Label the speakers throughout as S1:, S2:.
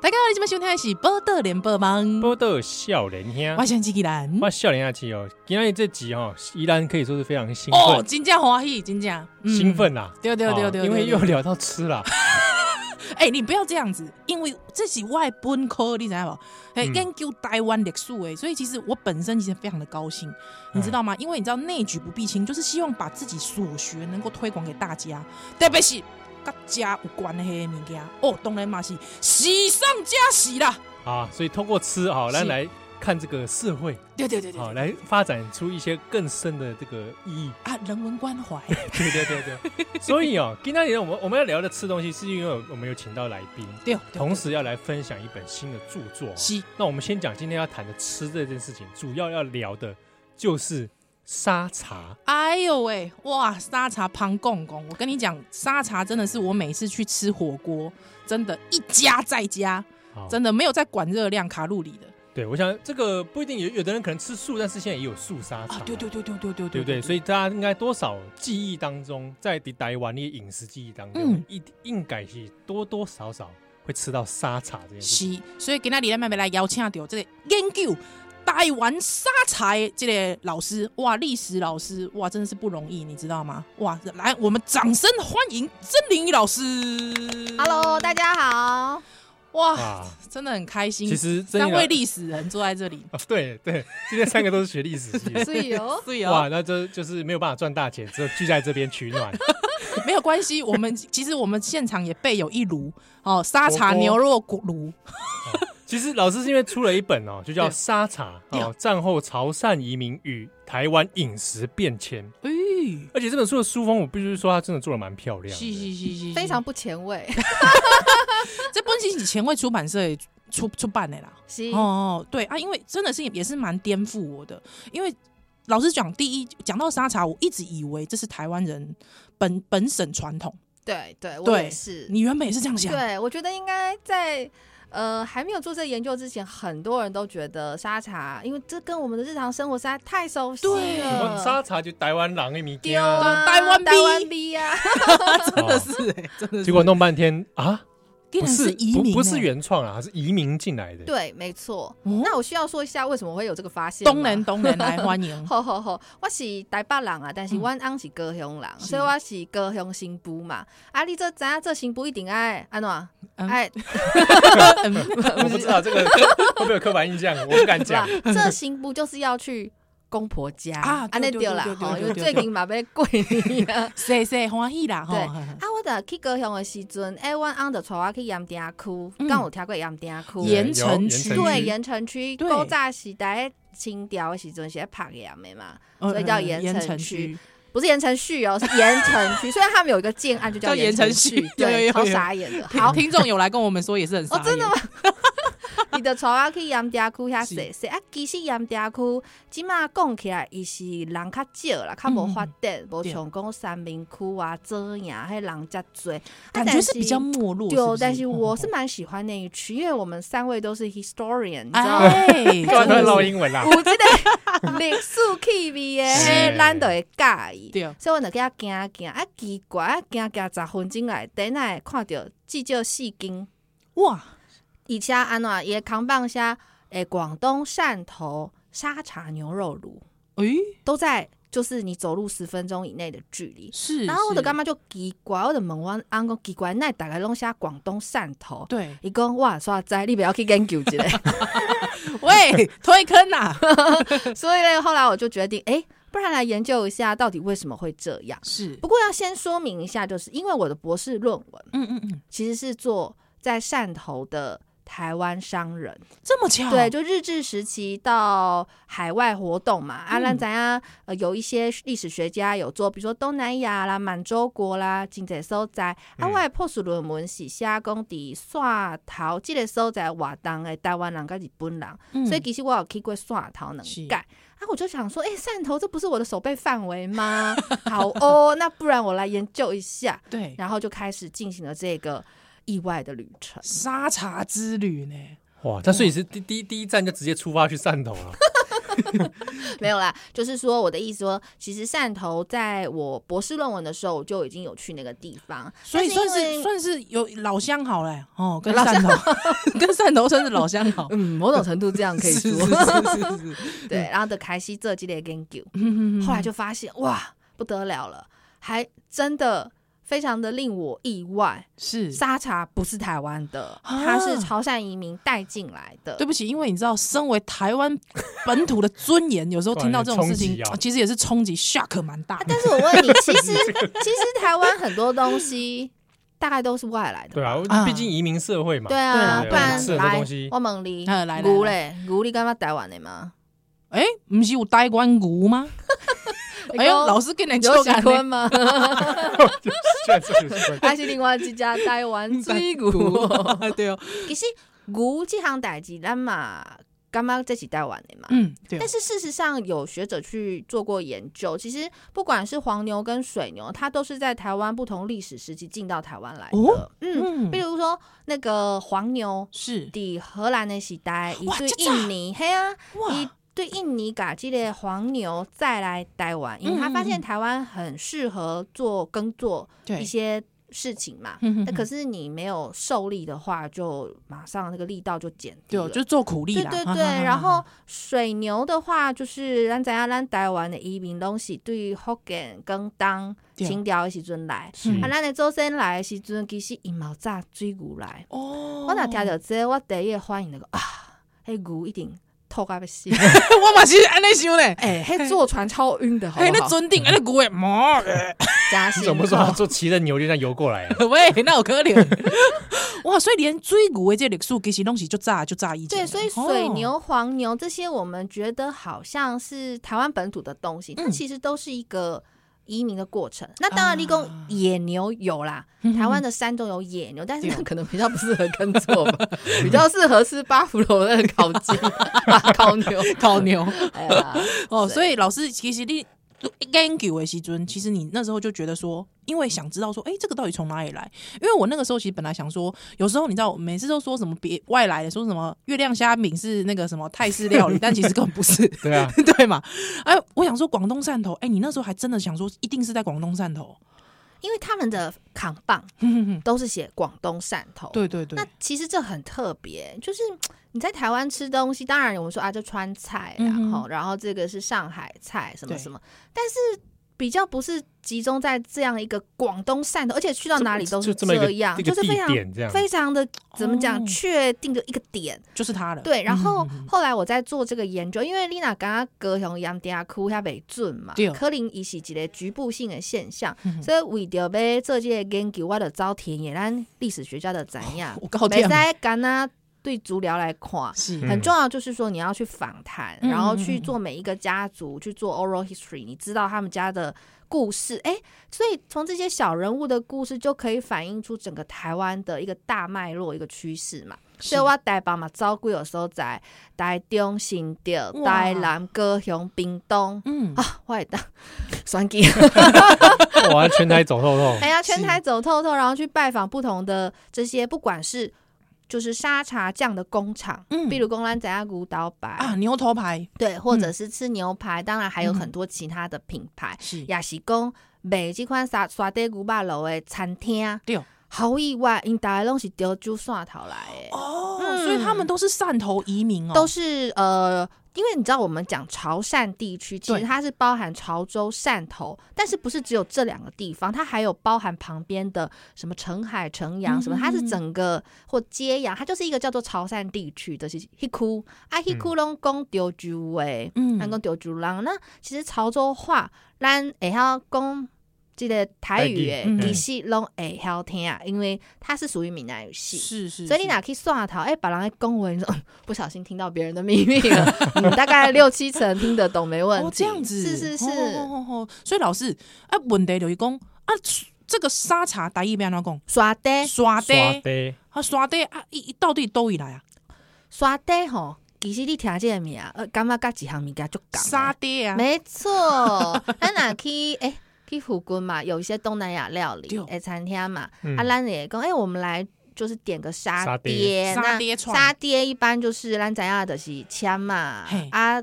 S1: 大家好，你今晚收听的是《报道联播网》，
S2: 波豆笑脸兄
S1: 我，嗯想机器人。
S2: 哇，笑脸下期哦，今天这集哦，依然可以说是非常兴
S1: 哦，
S2: 奋，
S1: 真正欢喜，真正、嗯
S2: 兴。奋啦，
S1: 对对对
S2: 哦
S1: 对，
S2: 因
S1: 对
S2: 为又
S1: 对
S2: 聊到吃啦，
S1: 哎、你不要这样子，因为这是我的本科，你知道不？哎、
S2: 嗯
S1: 研究台湾历史哎，所以其实我本身其实非常的高
S2: 嗯
S1: 兴，你知道吗？因为你知道内举不避亲，就是希望把自己所学能够推广给大家，特别是跟家有关的黑物件哦，当然嘛是喜上加喜啦。
S2: 啊，所以通过吃啊，来
S1: 是
S2: 来看这个社会，
S1: 对对对对
S2: 好
S1: 对
S2: 来发展出一些更深的这个 意义，
S1: 啊，人文关 怀
S2: 对对对对，所以哦，今天我们我们要聊的吃东西，是因为我们有请到来宾，
S1: 对，对
S2: 同时要来分享一本新的著作哦，
S1: 是
S2: 那我们先讲今天要谈的吃这件事情，主要要聊的就是沙茶。
S1: 哎呦喂，哇！沙茶旁公公，我跟你讲，沙茶真的是我每次去吃火锅，真的，一加再加，
S2: 好
S1: 真的没有在管热量、卡路里的
S2: 对，我想这个不一定有，有的人可能吃素，但是现在也有素沙茶、
S1: 啊！对对对对对对
S2: 对不对？所
S1: 以
S2: 以大家应该多少记忆当中，在你台湾的饮食记忆当中，
S1: 嗯
S2: 一应该是多多少少会吃到沙茶这件事情。
S1: 是，所以今天李咱妹妹来邀请到这个研究台湾沙茶的这个老师，哇，历史老师，哇，真的是不容易，你知道吗？哇，来，我们掌声欢迎曾玲仪老师。嗯
S3: Hello，大家好。
S1: 哇，
S2: 啊，
S1: 真的很开心，
S2: 其实真
S1: 三 位历史人坐在这里，
S2: 啊，对对，今天三个都是学历 史系
S1: 啊
S2: 的。
S3: 所以哦，
S1: 对
S2: 哇，那这就是没有办法赚大钱，只有聚在这边取暖。
S1: 没有关系，我们 其实我们现场也备有一炉哦，沙茶
S2: 火锅
S1: 牛肉骨炉。
S2: 其实老师是因为出了一本哦，就叫
S1: 对
S2: 《沙茶
S1: 对
S2: 哦：战后潮汕移民与台湾饮食变迁》，
S1: 哎，
S2: 而且这本书的书封，我必须说，它真的做的蛮漂亮的。
S1: 是是是是，
S3: 非常不 前卫。
S1: 这本是以前为出版社也出出版的啦。
S3: 是
S1: 哦哦，对啊，因为真的是也是蛮颠覆我的，因为老实讲，第一讲到沙茶，我一直以为这是台湾人本本省传统，
S3: 对对，我
S1: 对
S3: 也是。
S1: 你原本也是这样想，
S3: 对，啊我觉得应该在呃还没有做这个研究之前，很多人都觉得沙茶，因为这跟我们的日常生活实在太熟悉
S1: 对
S2: 我
S3: 了。
S2: 沙茶就台湾狼的米
S3: 丢
S2: 啊，
S3: 啊，
S1: 台湾逼
S3: 台湾逼啊！
S1: 真的是哎，真的是，
S2: 哦结果弄半天啊，
S1: 竟
S2: 不
S1: 然
S2: 是
S1: 移民，欸
S2: 不不是，原创啊，是移民进来的。
S3: 欸对，没错。
S1: 哦
S3: 那我需要说一下为什么会有这个发现吗？，
S1: 东人东人来欢迎
S3: 好好好，我是台北人啊，但是
S1: 嗯
S3: 阮翁是高雄人，
S1: 是
S3: 所以我是高雄新妇嘛。啊，你这知影这新妇一定爱安怎？
S1: 嗯
S3: 爱
S1: 嗯
S3: 啊
S2: 我不知道这个 会不会有刻板印象，我 不敢
S3: 是 吧
S2: 讲。？
S3: 这新妇就是要去公婆家
S1: 啊
S3: 安尼
S1: 对对
S3: 对啦
S1: 对，对
S3: 吼，
S1: 对
S3: 因为
S1: 对
S3: 最近嘛要过年啊。
S1: 谁谁欢喜啦，吼
S3: 对
S1: 嘿嘿
S3: 啊，我著去高雄的时阵，哎，阮翁就带我去盐埕
S1: 嗯
S3: 区，敢有听过盐埕
S2: 对
S3: 区？
S1: 盐城
S2: 盐
S1: 区，
S2: 城区
S3: 对，盐城区
S1: 对
S3: 古早时代清朝的时阵是在拍盐的嘛，
S1: 呃
S3: 所以叫
S1: 呃
S3: 盐
S1: 盐
S3: 城
S1: 城
S3: 区。不是盐城旭哦，是盐 城区。虽然他们有一个建案就
S1: 叫
S3: 叫
S1: 盐
S3: 盐
S1: 城
S3: 城
S1: 区
S3: 区，
S1: 有有有
S3: 对，超
S1: 有
S3: 傻眼的。
S1: 好，
S3: 好，
S1: 听 众有来跟我们说也是很傻
S3: 哦，真的
S1: 眼
S3: 吗？？ 你的床啊去盐埕区遐
S1: 是
S3: 洗洗啊，其实盐埕区即马讲起来，伊是人较少啦，较无发展，无
S1: 对
S3: 像讲三明区啊、遮阳迄人较多。啊
S1: 感觉
S3: 但
S1: 是比较没落。
S3: 对
S1: 不
S3: 但是我是
S1: 嗯
S3: 蛮喜欢那一区，因为我们三位都是 historian，你知道吗？
S1: 哎，真
S2: 干嘛
S1: 的
S2: 唠
S1: 是
S2: 英文啊啦？
S3: 有这个历史气味
S2: 是
S3: 的，咱就会介意。
S1: 对，
S3: 所以我就给他行行，啊奇怪，啊行行十分钟来，等下会看到至少四间，
S1: 哇，
S3: 而且安怎伊的啊扛棒下，诶，广东汕头沙茶牛肉炉
S1: 诶，
S3: 都在，就是你走路十分钟以内的距离。
S1: 是，
S3: 然后我
S1: 是
S3: 就干？嘛就奇怪，我就问我翁讲奇怪，那大概拢写广东汕头，
S1: 对，
S3: 伊讲哇，煞知你不要去研究一下。
S1: 喂， 推坑啊呐，
S3: 所以呢，后来我就决定，诶，不然来研究一下到底为什么会这样。
S1: 是，
S3: 不过要先说明一下，就是因为我的博士论文。
S1: 嗯嗯嗯，
S3: 其实是做在汕头的台湾商人，
S1: 这么巧，
S3: 对，就日治时期到海外活动嘛。阿
S1: 嗯
S3: 兰咱啊，呃，有一些历史学家有做，比如说东南亚啦、满洲国啦、真济所在。啊，
S2: 嗯
S3: 我的博士论文是写讲伫汕头即个所在活动的台湾人跟日本人，
S1: 嗯
S3: 所以其实我有去过汕头两
S1: 是
S3: 届。啊，我就想说，哎、汕头这不是我的手背范围吗？好哦，那不然我来研究一 下。
S1: 对
S3: 然后就开始进行了这个意外的旅程。
S1: 沙茶之旅呢，
S2: 啊 哇，他所以是第第第一站就直接出发去汕头了。
S3: 没有啦，就是说我的意思说，其实汕头在我博士论文的时候，我就已经有去那个地方，
S1: 所以
S3: 但
S1: 算
S3: 是因
S1: 是
S3: 为
S1: 算是有老乡好嘞，哦，跟
S3: 老
S1: 汕头 跟汕头算是老乡好，
S3: 嗯，某种程度这样可以
S1: 是是
S3: 说，
S1: 是是是，
S3: 对，然后的开始这积累研究，
S1: 嗯
S3: 后来就发现哇不得了了，还真的非常的令我意外，
S1: 是
S3: 沙茶不是台湾的，
S1: 啊
S3: 它是潮汕移民带进来的，
S1: 对不起，因为你知道，身为台湾本土的尊严，有时候听到这种事
S2: 哇
S1: 情
S2: 有冲击，啊
S1: 啊其实也是冲击，shock 蛮大
S3: 啊
S1: 的。
S3: 但是我问你，其实其实台湾很多东西大概都是 外来的，
S2: 对啊
S1: 啊，
S2: 毕竟移民社会嘛，
S3: 嗯 对
S1: 对
S3: 啊
S1: 啊，
S3: 不
S1: 对啊
S3: 然
S2: 吃很多
S3: 来
S2: 东西
S3: 我 问你，
S1: 啊来来
S3: 牛
S1: 来
S3: 嘞，牛你干嘛台湾的吗？
S1: 哎，不是有台湾牛 吗？哎呦，老师跟你
S3: 刘
S1: 纠
S3: 喜
S1: 缠
S3: 坤 吗？
S2: 虽然这个 是
S3: 还是另外一家台 湾
S1: 嗯
S3: 水牛？
S1: 牛，对哦，
S3: 其实牛这项代志，咱嘛干嘛这是台湾的嘛？
S1: 嗯，对哦
S3: 但，是事实上，有学者去做过研究，其实不管是黄牛跟水牛，它都是在台湾不同历史时期进到台湾来的。
S1: 哦
S3: 嗯，
S1: 嗯
S3: 比，如说那个黄牛，
S1: 是
S3: 伫荷兰的时代，伊
S1: 哇
S3: 对
S1: 这
S3: 印尼，嘿啊，伊
S1: 哇，
S3: 对印尼噶这个黄牛再来台湾，因为他发现
S1: 嗯嗯嗯
S3: 台湾很适合做耕作一
S1: 对，
S3: 些事情嘛。
S1: 嗯
S3: 那可
S1: 是
S3: 是你没有受力的话，就马上那个力道就减低
S1: 对哦，
S3: 了。
S1: 就是做苦力
S3: 对
S1: 啦，
S3: 对
S1: 哈
S3: 对，然后
S1: 哈哈
S3: 水牛的话，就是咱知影咱台湾的移民拢是对福建、广东、
S1: 对
S3: 清朝的时阵来，
S2: 是
S1: 嗯
S3: 啊，咱的祖先来的时阵，其实伊嘛有炸水牛来。
S1: 哦，
S3: 我若听到这我第一个反应那个啊，迄牛一定吐甲要死。
S1: 我嘛是安尼想嘞，
S3: 哎、嘿，坐船超晕的，好
S1: 嘿，
S3: 不
S1: 那
S3: 好？
S1: 准定，哎，那牛诶，妈的，
S3: 加
S2: 你
S3: 薪
S2: 怎么说？说骑着牛就这样游过来啊？
S1: 喂，那有可能， 哇，所以连追牛的这历史其实拢是就炸就炸一
S3: 对，所以水牛、黄牛这些，我们觉得好像是台湾本土的东西，它
S1: 嗯
S3: 其实都是一个移民的过程。那当然，立功
S1: 啊
S3: 野牛有啦，
S1: 嗯
S3: 台湾的山中有野牛，但是那
S1: 对
S3: 可能比较不适合耕作吧，比较适合吃巴甫罗那个烤鸡、 啊烤 牛。
S1: 烤牛。
S3: 哎呀，
S1: 哦，
S3: 对
S1: 所以老师其实你就研究的时阵，其实你那时候就觉得说，因为想知道说，哎、这个到底从哪里来？因为我那个时候其实本来想说，有时候你知道，每次都说什么别外来的，说什么月亮虾饼是那个什么泰式 料理，但其实根本不是，
S2: 对啊，
S1: 对嘛？哎，我想说广东汕头，哎、你那时候还真的想说，一定是在广东汕头，
S3: 因为他们的扛棒
S1: 哼哼哼
S3: 都是写广东汕头，
S1: 对对对
S3: 那，其实这很特别，就是你在台湾吃东西，当然我们说啊，就川菜啦，然
S1: 嗯哼
S3: 后、然后这个是上海菜什么
S1: 对
S3: 什么，但是比较不是集中在这样一个广东汕头，而且去到哪里都
S2: 就
S3: 是
S2: 这么一个
S3: 样，
S2: 一
S3: 就
S2: 个
S3: 是
S2: 地
S3: 非常
S2: 点这样，
S3: 非常的怎么讲，
S1: 哦
S3: 确定的一个点。
S1: 就是他了。
S3: 对，然后
S1: 嗯嗯嗯
S3: 后来我在做这个研究，因为丽娜刚刚高雄杨迪亚哭下北准嘛
S2: 哦
S1: 对，
S3: 柯林伊是一个局部性的现象，
S1: 嗯
S3: 所以为着要做这个研究，我就走田野，咱历史学家的怎
S2: 哦
S3: 样？
S1: 我告
S3: 没
S1: 天啊，
S3: 在干呐，对足疗来看。
S1: 是
S2: 嗯
S3: 很重要就是说，你要去访谈，
S1: 嗯
S3: 然后去做每一个家族，去做 oral history，你知道他们家的故事，哎，所以从这些小人物的故事就可以反映出整个台湾的一个大脉络、一个趋势嘛。所以我台北嘛，照顾有时候在台中、新店、
S1: 哇
S3: 台南、高雄、屏东
S1: 嗯
S3: 啊，我也 当选举。
S2: 我要全台走 透透
S3: 哎，呀，全台走透透，然后去拜访不同的这些，不管是就是沙茶酱的工厂，
S1: 嗯
S3: 比如公兰仔亚古岛白，
S1: 啊，牛头牌
S3: 对，或者是吃牛排，当然还有
S1: 嗯
S3: 很多其他的品牌，
S1: 是
S3: 也是讲卖这款沙沙爹牛肉楼的餐厅，
S1: 对
S3: 好意外，因大家拢是丢酒汕头来的，
S1: 哦，
S3: 嗯
S1: 所以他们都是汕头移民哦，
S3: 都是呃。因为你知道，我们讲潮汕地区，其
S1: 对
S3: 实它是包含潮州、汕头，但是不是只有这两个地方，它还有包含旁边的什么澄海、澄阳什么，
S1: 嗯
S3: 它是
S1: 嗯嗯
S3: 整个或揭阳，它就是一个叫做潮汕地区的，就是黑窟啊，黑
S2: 嗯
S3: 窟拢讲丢酒诶，
S1: 嗯
S3: 咱讲潮州人，那其实潮州话，咱会晓讲即个
S2: 台
S3: 台语
S1: 语
S3: 诶
S1: 嗯，
S3: 其实拢会晓听，因为它是属于闽南语系。
S1: 是是，
S3: 所以你
S1: 是
S3: 哪去算头？哎、把人家公文，你说 嗯不小心听到别人的秘密了， 嗯，大概六七成听得懂没问题。
S1: 哦，这样子，
S3: 是是是，
S1: 哦哦哦哦所以老师，啊，问题就是讲啊，这个沙茶台语要安怎讲？
S3: 刷呆
S1: 沙
S2: 耍
S1: 爹，
S2: 呆，
S1: 啊，沙爹啊，伊伊到底都以来啊？
S3: 刷呆吼，其实你听这个名，呃，感觉甲几项物件就讲。
S1: 沙爹啊，
S3: 没 错，咱若去哎、去附近嘛，有一些东南亚料理
S1: 对
S3: 诶餐厅嘛，
S2: 嗯
S3: 啊，咱也讲哎，我们来就是点个沙
S2: 沙爹
S3: 爹，
S1: 沙
S3: 那
S1: 爹串
S3: 沙爹一般就是咱知影就是签嘛
S1: 嘿，
S3: 啊，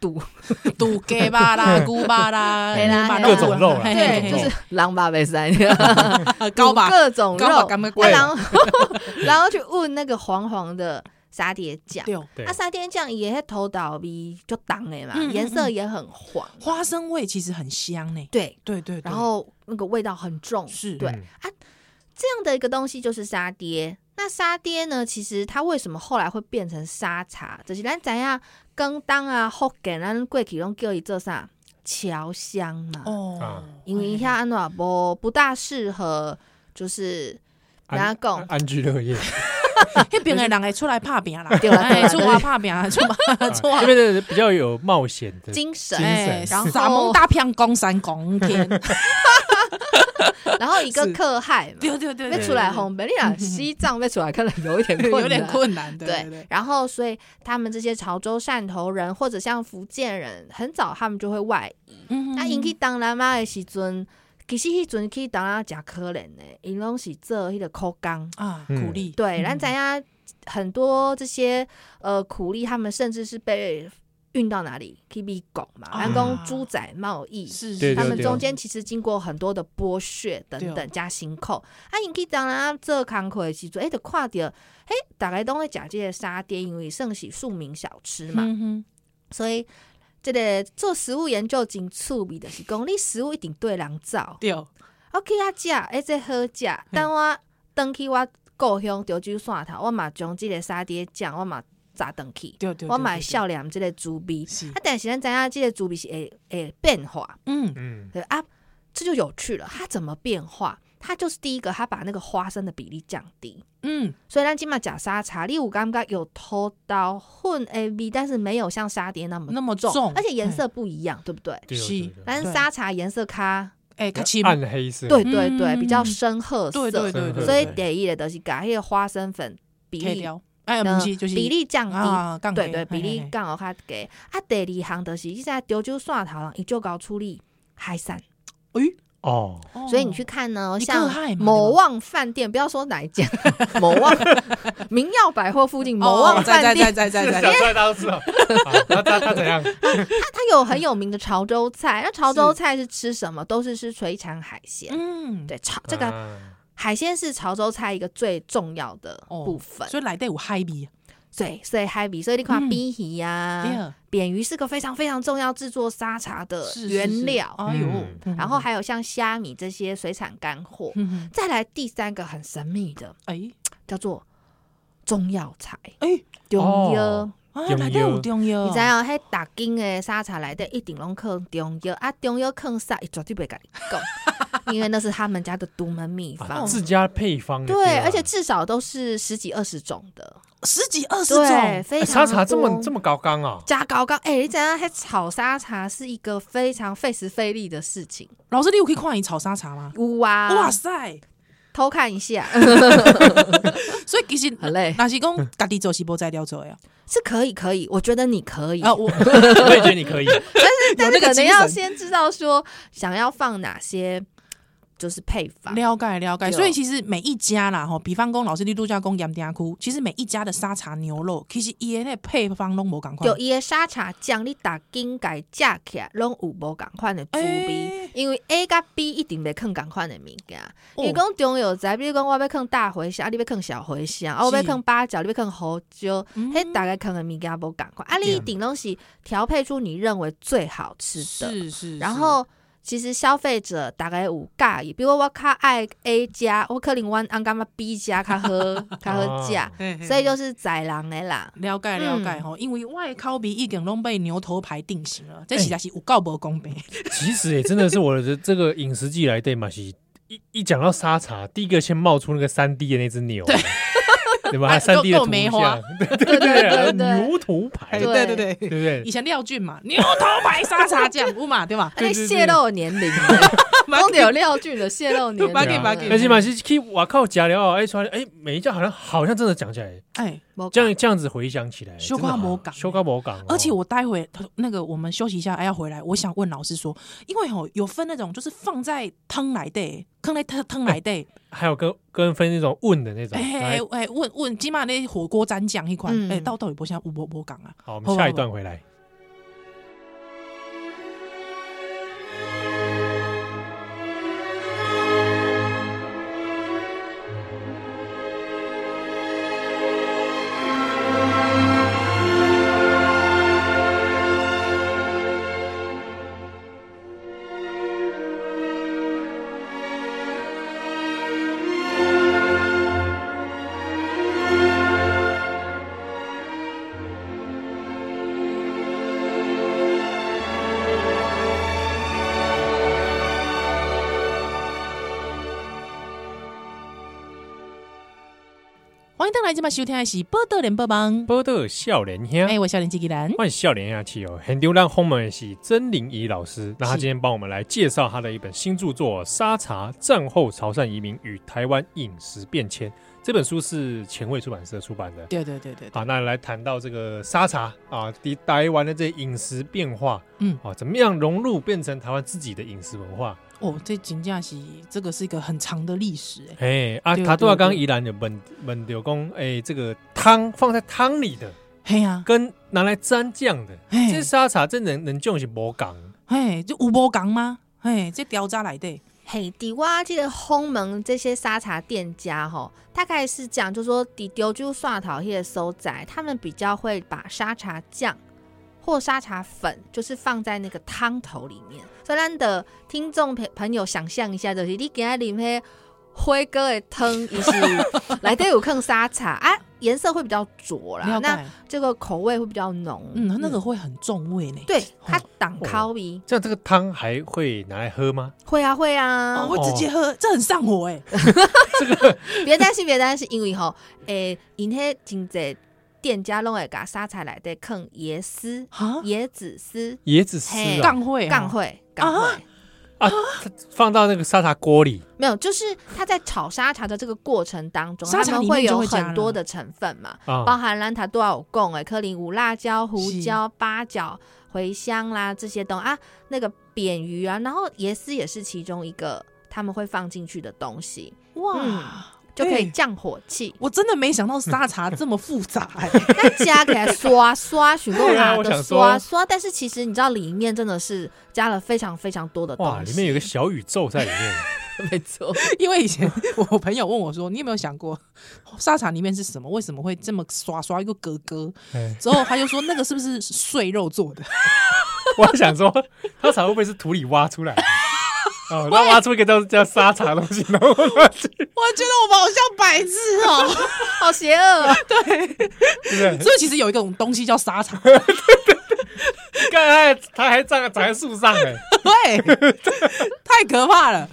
S3: 肚，
S1: 肚鸡巴啦、骨巴 啦、
S3: 嘿啦
S1: 牛巴
S3: 嘿啦
S1: 肚
S2: 各种肉啦
S1: 嘿嘿
S3: 对，
S1: 嘿
S3: 就
S2: 各种
S3: 是狼吧北山，
S1: 高吧，
S3: 各种
S1: 高吧，
S3: 肉，
S1: 感 觉
S2: 对
S1: 贵。
S3: 啊然后 然后去问那个黄黄的沙爹酱。
S1: 对，哦
S2: 对
S3: 啊，沙爹酱也是头倒咪就当的嘛，
S1: 嗯嗯
S3: 颜色也很黄，
S1: 花生味其实很香呢。
S3: 对，
S1: 对对，对
S3: 然后那个味道很重，
S1: 是
S3: 对
S2: 嗯
S3: 这样的一个东西就是沙爹。那沙爹呢？其实它为什么后来会变成沙茶？就是咱怎样跟当啊、福建咱过去拢叫伊做啥侨香嘛，
S1: 哦
S2: 啊，
S3: 因为遐安怎无不大适合，就是哪
S2: 安
S3: 讲啊
S2: 安安居乐 业，
S1: 迄边的人会出来拍拼啦，
S3: 对啦对啦啊
S1: 哎出外拍 拼，出外出
S2: 啊
S1: 外
S2: 因。为这个比较有冒险的，
S3: 精神。
S2: 精神
S1: 哎，
S3: 然后
S1: 撒蒙大片公山公天，
S3: 然后一个
S1: 是
S3: 克害嘛，
S1: 对对对，
S3: 要
S1: 对
S3: 出来，烘焙，你讲西藏要出来可能有一点
S1: 对
S3: 困 难，
S1: 有点困难，对
S3: 对
S1: 对对，
S3: 然后所以他们这些潮州汕头人或者像福建人，很早他们就会外移。
S1: 嗯
S3: 那因去当然妈的时阵，其实迄阵去当然真可怜的，因拢是做迄个苦工。
S1: 啊，
S2: 嗯
S1: 苦力，
S3: 对，
S1: 嗯
S3: 咱咱家很多这些呃苦力，他们甚至是被运到哪里去美国嘛，
S1: 啊
S3: 咱讲猪仔贸易。
S1: 是
S2: 对
S3: 他们
S2: 对
S3: 中间其实经过很多的剥削等
S1: 对
S3: 等加辛苦，啊，因去当然做工课的时阵，哎、就看到，哎、大概都会食这个沙爹，因为算是庶民小吃嘛，
S1: 嗯
S3: 所以这个做食物研究真趣味的是讲，你食物一定对人造
S1: 对，
S3: ，OK 啊，食，哎，这好食，等我等去我故乡潮州汕头，我嘛将这个沙爹酱我嘛炸等去，
S1: 对对，
S3: 我嘛
S1: 对
S3: 笑脸这个猪味，
S1: 是
S3: 啊，，但是咱知影这个猪味是会会变化。
S1: 嗯，
S2: 嗯，
S3: 对啊，这就有趣了。它怎么变化？它就是第一个，它把那个花生的比例降低。
S1: 嗯，
S3: 所以咱今嘛假沙茶，你有刚刚有偷刀混 A V，但是没有像沙爹那么
S1: 那么
S3: 重，
S1: 重，
S3: 而且颜色不一样，对不对？
S2: 对
S1: 是
S2: 对对对
S3: 但是
S1: 对
S3: 沙茶颜色咖，
S1: 哎，较深，
S2: 暗黑色，
S3: 对对对，
S1: 嗯
S3: 比较深褐色，
S1: 对对
S2: 嗯
S1: 对对，
S3: 所以
S1: 对
S3: 得意的东西，改那个花生粉比
S1: 可以
S3: 例
S1: 聊，哎，
S3: 呢
S1: 不是就是
S3: 比例降低。
S1: 啊，杠
S3: 对
S1: 杆
S3: 对，比例，刚好较低。啊，第二项就是，你在潮州汕头人伊就搞处理海产。
S2: 哦，
S1: 嘿嘿
S3: 所以你去看呢，
S1: 你
S3: 像
S1: 更害嘛
S3: 某
S1: 对吧
S3: 旺饭店，不要说哪一间， 某旺明耀百货附近
S1: 哦
S3: 某旺
S1: 哦在
S3: 饭
S1: 在
S3: 店，
S1: 在在在
S2: 想
S1: 在，
S2: 出来大家都知道，好那他他怎样？
S3: 它它有很有名的潮州菜。那潮州菜是吃什么？都是吃水产海鲜。
S1: 嗯，
S3: 对，潮这个
S2: 啊
S3: 海鲜是潮州菜一个最重要的
S1: 哦
S3: 部分。
S1: 所以来得有嗨味，
S3: 对，所以 happy，所以你看
S1: 嗯
S3: 鳊鱼呀、
S1: 对，啊
S3: 扁鱼是个非常非常重要制作沙茶的
S1: 是是
S3: 原
S1: 是
S3: 料。
S1: 哎呦
S2: 嗯，
S1: 嗯
S3: 然后，还有像虾米这些水产干货。
S1: 嗯嗯
S3: 再来第三个很神秘的，
S1: 哎
S3: 叫做中药材。
S1: 哎，
S3: 中药，
S2: 哦
S1: 啊，
S2: 中
S1: 来得有
S2: 药
S1: 中药，
S3: 你知影迄大间的沙茶内底一定拢放中药，啊，中药放啥，伊绝对袂甲你讲，因为那是他们家的独门秘
S2: 啊
S3: 方。
S2: 自家配方的
S3: 对，
S2: 啊
S3: 而且至少都是十几二十种的，
S1: 十几二十
S3: 对，
S1: 种，
S3: 非
S2: 哎
S3: 常
S2: 沙茶这么这
S3: 么
S2: 么高纲 啊，
S3: 加高高，哎、你知影迄炒沙茶是一个非常费时费力的事情，
S1: 老师，你有去看伊炒沙茶吗？
S3: 呜啊，
S1: 哇塞！
S3: 偷看一下
S1: 所以其 实
S3: 很累
S1: 那是讲家己做是无在料做 呀。
S3: 是可以可以，我觉得你可以，
S1: 啊，我
S2: 我也觉得你可以，
S3: 但
S1: 有那
S3: 是
S1: 个
S3: 可能
S1: 精
S3: 要
S1: 神
S3: 先知道说想要放哪些，就是配方。
S1: 了解了解，
S3: 对哦
S1: 所以其实每一家啦吼，比方讲老师你度假讲盐田区，其实每一家的沙茶牛肉，其实伊的那个配方拢无共款哦
S3: 就。伊的沙茶酱，你打金改加起来，拢有无共款的滋味、
S1: 欸
S3: 因为 A 甲 B 一定袂放共款的物件。
S1: 哦
S3: 你讲中药材，比如讲我要放大茴香，啊你要放小茴香，啊我要
S1: 是
S3: 放八角，你要放胡椒，
S1: 嗯
S3: 迄、大概放的物件无共款。啊，你
S2: 对
S3: 一定拢是调配出你认为最好吃的。
S1: 是是，
S3: 然后其实消费者大概有介意，比如我较爱 A 加，我可能我按感觉 B 加 较好较好食，
S2: 哦
S1: 是
S3: 所以就是宰人的啦。
S1: 了解了
S3: 嗯
S1: 解吼，因为我的口味已经拢被牛头牌定型了，这
S2: 欸
S1: 实在是有够无公平。
S2: 其实也真的是我的这个饮食记来对嘛，是一一讲到沙茶，第一个先冒出那个三 D 的那只牛，对吧？
S1: 哎
S2: 它三 D 的
S1: 够够
S2: 图
S1: 梅花
S2: 像，对对对对，牛头牌，对
S3: 对
S1: 哎对
S2: 不
S1: 对，
S2: 对
S1: 以？前廖俊嘛， 牛头牌沙茶酱，有嘛对 吧？
S3: 啊，你
S2: 对对
S3: 泄露我年龄了，公有廖俊的泄露年龄
S1: 不要紧不要
S3: 了。
S1: 紧
S2: 而且嘛是去瓦靠假聊，哎，出来哎，每一家好像好像真的讲起来，
S1: 哎，
S3: 没
S2: 这
S3: 讲
S2: 样这样子回想起来，
S1: 小可无同
S2: 修瓜魔港，哦
S1: 而且我待会那个我们休息一下，还哎要回来。我想问老师说，因为吼有分那种就是放在汤来的，放在汤汤来 的，
S2: 还有跟跟分那种问的那种，
S1: 哎
S2: 来
S1: 哎，哎，问问起码那火锅蘸酱一款
S3: 嗯，
S1: 哎，到到底不像吴伯伯讲啊。
S2: 好，我们下一段回来。
S1: 欢迎登来今晚收听的是《波多连播帮》，
S2: 波特笑脸兄
S1: 哎，，我笑脸机器人，
S2: 欢迎笑脸下气哦，很丢让轰们是曾玲仪老师，那他今天帮我们来介绍他的一本新著作《沙茶：战后潮汕移民与台湾饮食变迁》这本书是前卫出版社出版的。
S1: 对对对对对，
S2: 好，那来谈到这个沙茶啊，台台湾的这饮食变化，
S1: 嗯
S2: 啊，怎么样融入变成台湾自己的饮食文化？
S1: 哦，这真正是这个是一个很长的历史哎，
S2: 哎啊，
S1: 对
S2: 他都要
S1: 对
S2: 刚
S1: 对
S2: 宜兰有本本柳公，哎，这个汤放在汤里的，
S1: 嘿呀，
S2: 跟拿来沾酱的，
S1: 嘿
S2: 这沙茶这能能种是无讲。
S1: 嘿，这有无讲吗？嘿，这调查来的，
S3: 嘿，底哇，记得轰门这些沙茶店家吼，大概是讲，就说底丢就算讨厌的收窄，他们比较会把沙茶酱或沙茶粉，就是放在那个汤头里面。所以咱的听众朋朋友想象一下，就是你给他啉嘿辉哥的汤，伊是 来底有坑沙茶啊，颜色会比较浊啦
S1: 了，
S3: 那
S1: 解，
S3: 这个口味会比较浓。
S1: 嗯，它那个会很重味呢，
S3: 对，它
S1: 哦
S3: 挡烤鼻，
S2: 这样这个汤还会拿来喝吗？
S3: 会啊会啊，
S1: 哦，会直接喝，这很上火哎，
S3: 别担心，别担心，因为吼，诶、因迄真济店家拢会甲沙茶内底放椰丝、
S1: 啊，
S3: 椰子丝、
S2: 椰子丝
S3: 嘿
S2: 啊，
S1: 杠会啊
S3: 干会、干会，
S2: 放到那个沙茶锅里，
S3: 没有，就是他在炒沙茶的这个过程当中，
S1: 沙
S3: 他
S1: 茶
S3: 们
S1: 里面就
S3: 有
S1: 会加
S3: 很多
S1: 了
S3: 的成分嘛，
S2: 啊
S3: 包含兰塔多少贡诶，科林五辣椒、胡
S1: 是
S3: 椒、八角、茴香啦这些东啊，那个扁鱼啊，然后椰丝也是其中一个他们会放进去的东西，嗯
S1: 哇，
S3: 就可以
S1: 哎
S3: 降火气。
S1: 我真的没想到沙茶这么复杂 哎，
S3: 那加给它刷刷，许多
S2: 对啊
S3: 拿
S2: 我
S3: 的
S2: 想
S3: 刷
S2: 说
S3: 刷，但是其实你知道里面真的是加了非常非常多的东西。
S2: 哇，里面有个小宇宙在里面，
S3: 没 错，
S1: 因为以前我朋友问我说：“你有没有想过沙茶里面是什么？为什么会这么刷刷一个格格
S2: 哎？”
S1: 之后他就说：“那个是不是碎肉做的
S2: 我还想说沙茶会不会是土里挖出 来的？哦，那挖出一个叫叫沙茶的东西，然后 对？”
S1: 我觉得我们好像白痴哦、
S3: 好邪恶啊！
S2: 不 对？
S1: 所以其实有一种东西叫沙茶，
S2: 看他哎他还站长在树上 哎，，
S1: 对，太可怕了，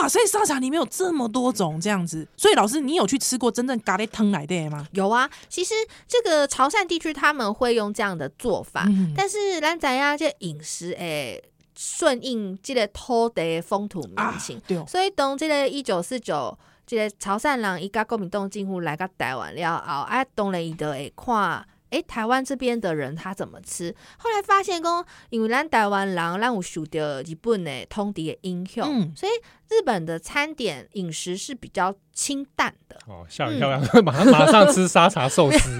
S1: 哇！所以沙茶里面有这么多种这样子。所以老师，你有去吃过真正咖喱汤来的吗？
S3: 有啊，其实这个潮汕地区他们会用这样的做法，
S1: 嗯
S3: 但是咱咱呀，这饮食诶，顺应这个土地的风土民情，
S1: 对哦，
S3: 所以当这个一九四九。这个潮汕人伊甲国民党政府来个台湾了后，啊，当然伊就会看，诶，台湾这边的人他怎么吃。后来发现讲，因为咱台湾人咱有受到日本的通敌的影响，
S1: 嗯
S3: 所以日本的餐点饮食是比较清淡的
S2: 哦，吓一跳，
S3: 嗯
S2: 马上马上吃沙茶寿 司，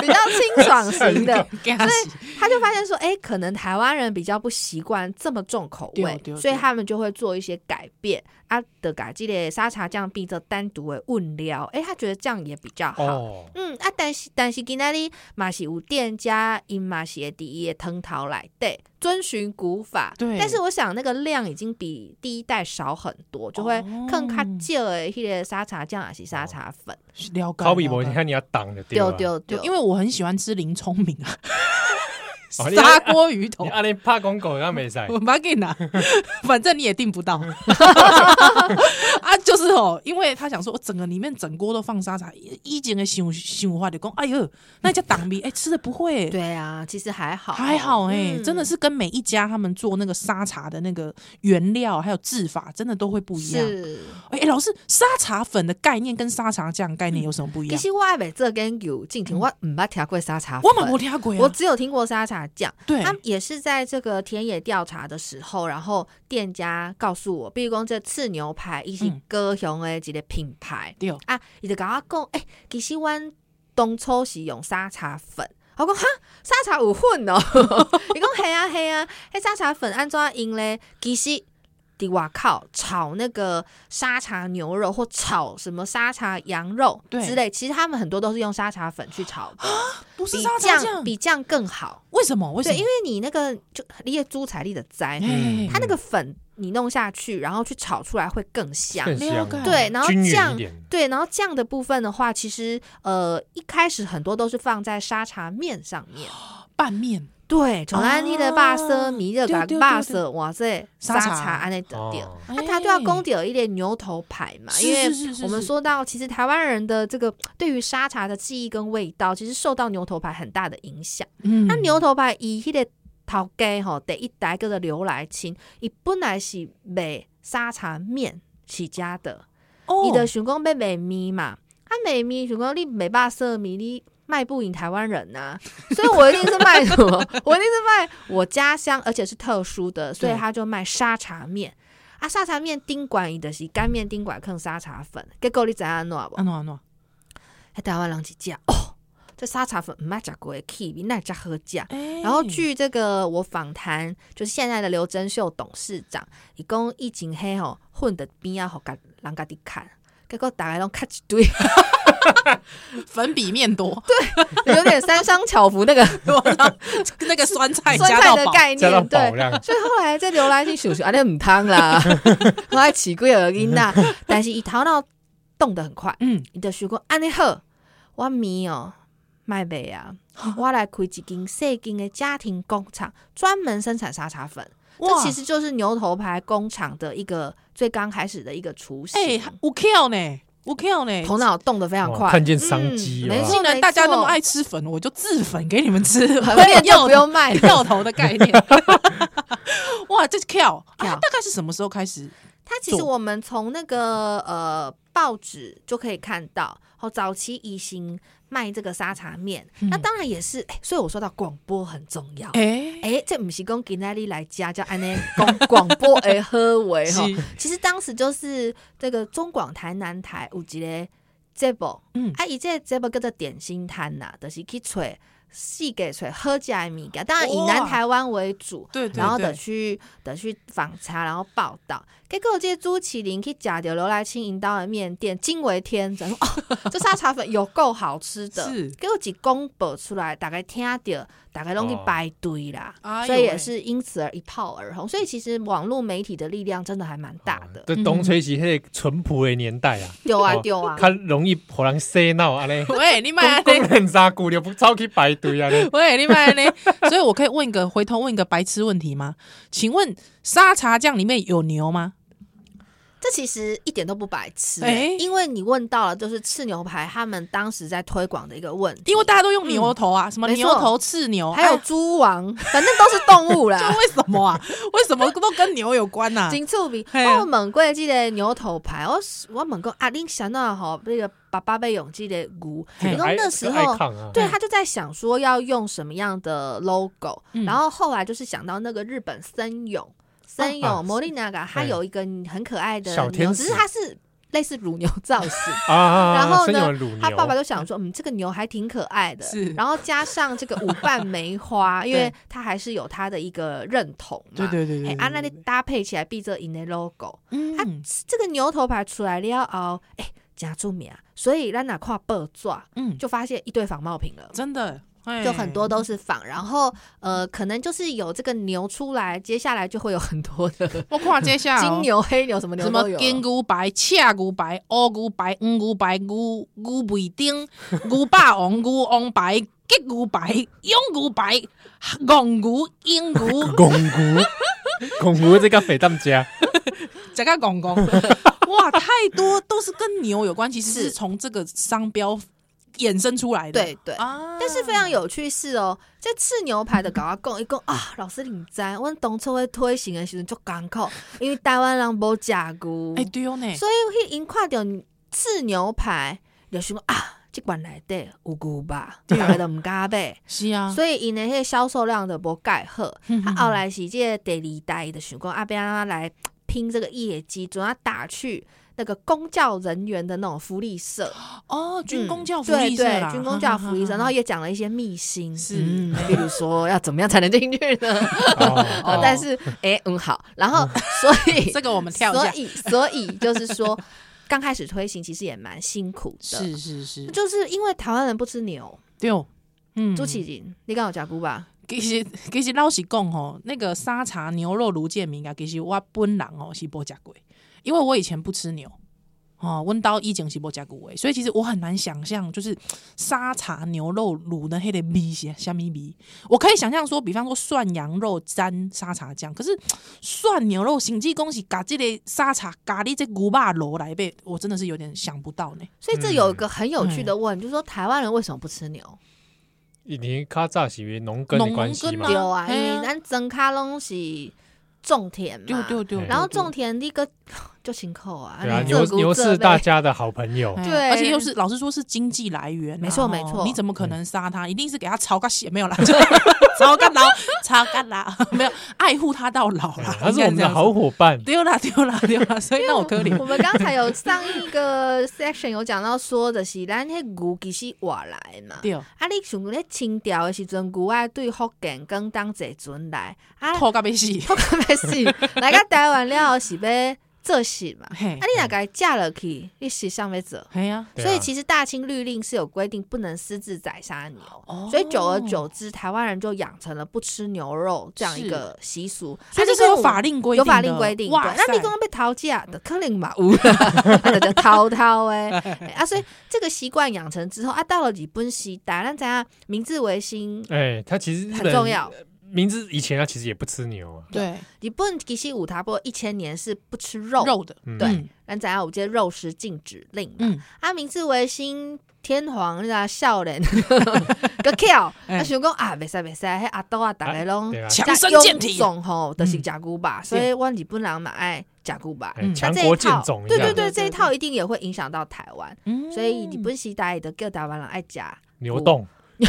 S3: 比较清爽型 的。
S1: 给他洗
S3: 他就发现说，哎、可能台湾人比较不习惯这么重口
S1: 对
S3: 味
S1: 哦对，哦
S3: 所以
S1: 对哦
S3: 他们就会做一些改变啊。的改这个沙茶酱变成单独的问料，哎、他觉得这样也比较好。
S2: 哦，
S3: 嗯啊，但是但是今仔日嘛是有店家因嘛是会第一的汤头来对，遵循古法。
S1: 对
S3: 但是我想那个量已经比第一代少很多，就会
S1: 哦
S3: 更较少的迄个沙茶酱还是沙茶粉。
S1: 了解。
S2: 好比
S1: 了
S2: 我
S1: 解
S2: 你看你要挡的
S3: 对
S2: 吧
S3: 对对
S1: 对，，因为我很喜欢吃林聪明啊，
S2: 哦你
S1: 砂锅鱼头
S2: 你。阿连怕公狗让没塞
S1: 我把给拿，反正你也订不 到啊！就是哦，因为他想说，我整个里面整锅都放沙茶，一前的想想法就讲，哎呦，那家党米哎吃的不会、
S3: 对啊，其实还好，
S1: 还好哎、
S3: 嗯
S1: 真的是跟每一家他们做那个沙茶的那个原料还有制法，真的都会不一样。
S3: 是。
S1: 哎、老师，沙茶粉的概念跟沙茶酱概念有什么不一
S3: 其
S1: 样？嗯
S3: 实我还没做研究，进前我唔捌听过沙茶粉，
S1: 我嘛没听过呀、
S3: 我只有听过沙茶酱。
S1: 对，
S3: 他也是在这个田野调查的时候，然后店家告诉我，比如讲这赤牛排，伊是
S1: 嗯
S3: 高雄的一个品牌、
S1: 对哦
S3: 啊，伊就甲我讲，诶、其实阮当初是用沙茶粉。我讲哈，沙茶有粉哦， 伊讲嘿啊嘿啊，迄沙茶粉安怎用咧？其实伫外口炒那个沙茶牛肉或炒什么沙茶羊肉
S1: 对
S3: 之类，其实他们很多都是用沙茶粉去炒的，
S1: 不是
S3: 比
S1: 沙茶
S3: 酱
S1: 酱，
S3: 比酱更好。
S1: 为什么？为什
S3: 对，
S1: 么？
S3: 因为你那个就你也猪财力的灾，
S2: 嗯
S1: 哎
S3: 它那个粉你弄下去，然后去炒出来会更香。
S2: 更香啊
S1: 了，解
S3: 对，然后
S2: 均匀一
S3: 酱
S2: 点，
S3: 对，然后酱的部分的话，其实呃一开始很多都是放在沙茶面上面，
S1: 拌面
S3: 对，像咱迄个肉
S1: 啊
S3: 色、米热
S1: 对
S3: 甲
S1: 对
S3: 肉
S1: 对对
S3: 色，哇塞，
S1: 沙
S3: 沙
S1: 茶
S3: 茶安尼得着。
S2: 哦
S1: 啊
S3: 那他就要攻掉一点牛头牌嘛，
S1: 是
S3: 因为
S1: 是是是
S3: 我们
S1: 是
S3: 说到，其实台湾人的这个对于沙茶的记忆跟味道，其实受到牛头牌很大的影响。
S1: 嗯
S3: 那牛头牌以迄个头家吼，第一代个的刘来清，伊本来是卖沙茶面起家的，伊、
S1: 哦
S3: 就想讲要卖面嘛，啊卖面想讲你卖肉色面，你卖不赢台湾人呐、 所以我一定是卖什么？ 我一定是卖我家乡，而且是特殊的，所以
S1: 对
S3: 他就卖沙茶面。啊，沙茶面丁管伊的是干面丁管坑沙茶粉，结果你知影安怎无
S1: 安？诺安诺，
S3: 迄台湾人一食哦，这沙茶粉毋捌食过的气味，那才好食。
S1: 哎
S2: 哎
S3: 然后据这个我访谈，就是现在的刘真秀董事长，伊讲疫情黑吼混的边啊，互家人家己看，结果大家拢看一堆，
S1: 粉比面多，
S3: 有点三商巧福 那个
S1: 那个酸菜
S3: 酸
S1: 加
S3: 菜
S1: 到
S3: 的
S1: 饱，
S3: 概
S2: 哎加到
S3: 念，
S2: 饱
S3: 对。
S2: 量，
S3: 所以后来这刘来进想想，安尼毋通啦， 我爱饲几个囡仔，但是伊头脑动得很快，
S1: 嗯，
S3: 伊就想讲安尼好，我米哦卖卖啊，我来开一间细间的家庭工厂，专门生产沙茶粉。这
S1: 哇
S3: 其实就是牛头牌工厂的一个最刚开始的一个雏形，
S1: 哎，有 kill 呢，有 kill 呢，
S3: 头脑动得非常
S2: 哦
S3: 快，
S2: 看见商机
S3: 嗯
S2: 了
S3: 没
S1: 既
S3: 错，
S1: 然大家那么爱
S3: 没
S1: 吃粉，我就制粉给你们吃，
S3: 错，很便就
S1: 要
S3: 不用卖 了。
S1: 掉头的概念。 哇，这 kill 啊，
S3: 跳
S1: 它大概是什么时候开始？
S3: 它其实
S1: 做
S3: 我们从那个呃报纸就可以看到，哦，早期宜兴卖这个沙茶面，
S1: 嗯
S3: 那当然也是，哎所以我说到广播很重要。
S1: 哎，
S3: 哎、这不是讲今仔日来家叫安尼广广播而喝 为
S1: 是
S3: 哈。 其实当时就是这个中广台南台有一个节目，
S1: 嗯
S3: 啊，伊这个节目叫做点心摊呐、就是去找四界找好食的物件，当然以南
S1: 哇
S3: 台湾为主。
S1: 对对，
S3: 然后得
S1: 对
S3: 去得去访查，然后报道。结果这朱启林去假掉刘来清引导的面店，惊为天人。哦，这沙茶粉有够好吃的，
S1: 是
S3: 结果一公布出来，大概听到，大概拢去
S2: 哦
S3: 排队啦。
S1: 哎呦
S3: 所以也
S1: 喂。
S3: 是因此而一炮而红。所以其实网络媒体的力量真的还蛮大的。
S2: 这东吹西嘿，淳朴的年代啊，
S3: 丢啊
S2: 哦
S3: 丢啊！
S2: 较容易互人洗脑啊 嘞
S1: 喂，你买
S2: 公
S1: 安
S2: 公
S1: 尼，。
S2: 认渣姑就不走去排队啊嘞
S1: 喂，你 买安尼，所以我可以问一个，回头问一个白痴问题吗？请问沙茶酱里面有牛吗？
S3: 这其实一点都不白痴、欸
S1: 哎
S3: 因为你问到了，就是赤牛排他们当时在推广的一个问题，
S1: 因为大家都用牛头啊，什么
S3: 嗯没
S1: 牛
S3: 错
S1: 头、赤牛，
S3: 还有
S1: 哎
S3: 猪王，反正都是动 物啦
S1: 这。为什么啊？为什么都跟牛有关呐？
S3: 金醋哦饼，
S1: 嘿啊
S3: 我问过这个牛头牌，我我问过啊，恁想到吼，那个爸爸被用这个牛，
S2: 哎
S1: 嘿
S3: 你讲那时
S2: 爱
S3: 候
S2: 抗啊，
S3: 对，他就在想说要用什么样的 logo，、
S1: 嗯
S3: 然后后来就是想到那个日本森永，森
S2: 啊
S3: 永摩利那嘎，它
S2: 对
S3: 有一个很可爱的
S2: 小天
S3: 牛，
S2: 使
S3: 只是它是类似乳牛 造型。
S2: 啊啊，
S3: 然后呢
S2: 有乳牛，，
S3: 他爸爸就想说，嗯，这个牛还挺可爱的
S1: 是，
S3: 然后加上这个五瓣 梅花，因为
S1: 对
S3: 它还是有它的一个认同嘛。
S1: 对对对对，
S3: 哎，啊，那你
S1: 对，
S3: 搭配起来，必这因的 logo，
S1: 对
S3: 啊
S1: 嗯
S3: 这个牛头牌出来了后，哎，加出名，所以咱哪看报纸
S1: 嗯，
S3: 就发现一堆仿冒品了。
S1: 真的，哎
S3: 就很多都是仿，然后呃，可能就是有这个牛出来，接下来就会有很多的
S1: 我跨接下哦
S3: 金牛、黑牛什么牛
S1: 什么
S3: 都有了。
S1: 金牛排、赤牛排、乌牛排、黄牛排、牛牛尾丁、牛霸王、牛王排、吉牛排、勇牛排、戆牛、英牛
S2: 公牛，公牛这个肥啊当 家，
S1: 这个戆戆，哇，太多都是跟牛有关，其实是
S3: 是
S1: 从这个商标衍生出来的。
S3: 对对。
S1: 啊，
S3: 但是非常有趣是哦，这吃牛排的搞阿贡一共 啊，老师你知，我当初会推行的时候就艰苦，因为台湾人无食牛，
S1: 哎对哦呢，
S3: 所以去因看到吃牛排，就想说啊，这馆内底有牛吧，
S1: 对
S3: 大
S1: 啊
S3: 家都唔敢买，
S1: 是 啊，嗯
S3: 所以因的迄销售量就无盖好。
S1: 以
S3: 啊，后来是这个第二代的想讲啊，要安怎来拼这个业绩，主要打去那个公教人员的那种福利社，
S1: 哦， 军工教福
S3: 嗯对
S1: 利社
S3: 对
S1: 啦，，
S3: 军工教福 利社，然后
S1: 有
S3: 也讲了一些秘辛，
S1: 是
S3: 嗯比如说要怎么样才能进去呢？
S2: 哦
S3: 哦， 但是哎，嗯，好，然后所 以
S1: 这个我们跳一
S3: 所
S1: 下，
S3: 以所以就是说，刚开始推行其实也蛮辛苦的，
S1: 是是是，
S3: 就是因为台湾人不吃牛，
S1: 对哦，嗯，
S3: 朱启林，你刚有讲过吧？
S1: 其实其实老实讲吼，那个沙茶牛肉卢建明啊，其实我本人哦是无食过，因为我以前不吃牛。哦，温刀一整是无加古味，所以其实我很难想象，就是沙茶牛肉卤的黑的米是虾米米，我可以想象说，比方说涮羊肉沾沙茶酱，可是涮牛肉行至恭喜咖这个沙茶咖喱这牛肉楼来呗，我真的是有点想不到呢。
S3: 所以这有一个很有
S1: 嗯
S3: 趣的问，就是说台湾人为什么不吃牛？
S2: 你卡扎是因为农耕的关系
S1: 农
S2: 嘛
S1: 啊
S3: 对
S1: 耕？
S3: 啊，因
S1: 嘿啊
S3: 为咱整卡拢是种田嘛，
S1: 对对对，
S3: 然后种田那个就辛苦啊，
S2: 对啊，
S3: 你
S2: 牛
S3: 自顾
S2: 牛
S3: 自
S2: 是
S3: 备
S2: 大家的好朋友，
S1: 哎
S3: 对
S1: 而且又是老实说，是经济来源啊、
S3: 没错
S1: 哦
S3: 没错
S1: 你怎么可能杀他？一定是给他炒个血没有啦， 就是炒个老，炒个老， 没有爱护他到老
S2: 对啊
S1: 啦。
S2: 哎他是我们的好伙伴。
S1: 丢啦丢啦 丢啦，所以那我可怜。
S3: 我们刚才有上一个 section 有讲到说的是，咱迄牛其实外来的嘛。
S1: 对，
S3: 啊，你想咧清朝的时阵，牛爱对福建广东坐船来， 啊，
S1: 拖到要死。
S3: 福建来死，来到台湾了后是要做事 嘛。
S1: 嘿
S3: 啊，，你若甲伊嫁落去，你是想要做。
S1: 嘿呀，
S2: 对啊
S3: 所以其实大清律令是有规定不能私自宰杀牛，
S1: 哦
S3: 所以久而久之，台湾人就养成了不吃牛肉这样一个习俗。
S1: 所以这
S3: 啊
S1: 是有法令规定
S3: 有
S1: 的，
S3: 法令规定嗯的。
S1: 哇塞，
S3: 那你刚刚被讨价的可能嘛？无，那 就滔滔哎啊！所以这个习惯养成之后啊，到了日本时代，咱知影明治维新
S2: 哎，他其实日
S3: 很
S2: 本
S3: 重要。
S2: 明治以前他其实也不吃牛啊，
S1: 对
S3: 日本其实有差不多一千年是不吃肉，
S1: 肉的，
S2: 嗯
S3: 对
S1: 嗯
S3: 咱知影有这肉食禁止令嘛。
S1: 嗯，
S3: 啊，明治维新天皇那少年个巧，
S1: 哎
S3: 啊想讲啊，袂使袂使，迄阿斗啊，逐个拢
S2: 对啊，
S1: 强身健体，
S3: 肿吼，就是食牛吧，所以阮日本人嘛爱食牛吧。
S2: 哎
S1: 嗯
S2: 强
S3: 那啊这一
S2: 国健
S3: 套
S2: 种一
S3: 对
S2: 样
S3: 对
S1: 样
S3: 对，
S1: 对
S3: 这
S1: 对
S3: 一套一定也会影响到台湾，
S1: 嗯
S3: 所以日本时代的各台湾人爱食
S2: 牛洞，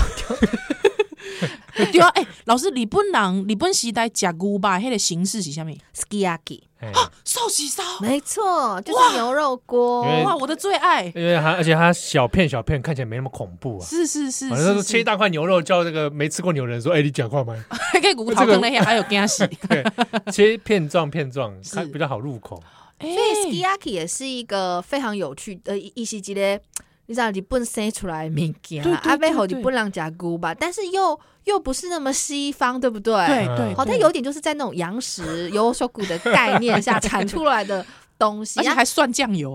S1: 对啊，哎，老师，日本人日本时代吃牛吧，迄个形式是啥物？
S3: skiaki，
S2: 哎
S1: 寿喜烧，
S3: 没错，就是牛肉锅
S2: 因。为
S1: 哇，我的最爱，
S2: 因为他而且他小片小片看起来没那么恐怖啊。
S1: 是是是，
S2: 反正他说
S1: 是
S2: 切一
S1: 是，
S2: 大块牛肉，叫那个没吃过牛的人说：“哎，你讲话吗？
S1: 还可以骨头跟那些还有惊 喜，
S2: 切片状片状，
S1: 是
S2: 看比较好入口。
S1: 所
S3: 哎所以 skiaki 也是一个非常有趣的，一一是一个你知道日本生出来的物件啊
S1: 对
S3: 啦，
S1: 对
S3: 阿贝
S1: 对
S3: 吼日
S1: 对
S3: 本人食牛吧，但是又又不是那么西方，对不对？
S1: 对
S2: 嗯
S1: 对，
S3: 啊好像
S1: 对
S3: 有，点就是在那种洋食优秀骨的概念下产出来的东 西，
S1: 而且
S3: 啊
S1: 还涮酱油，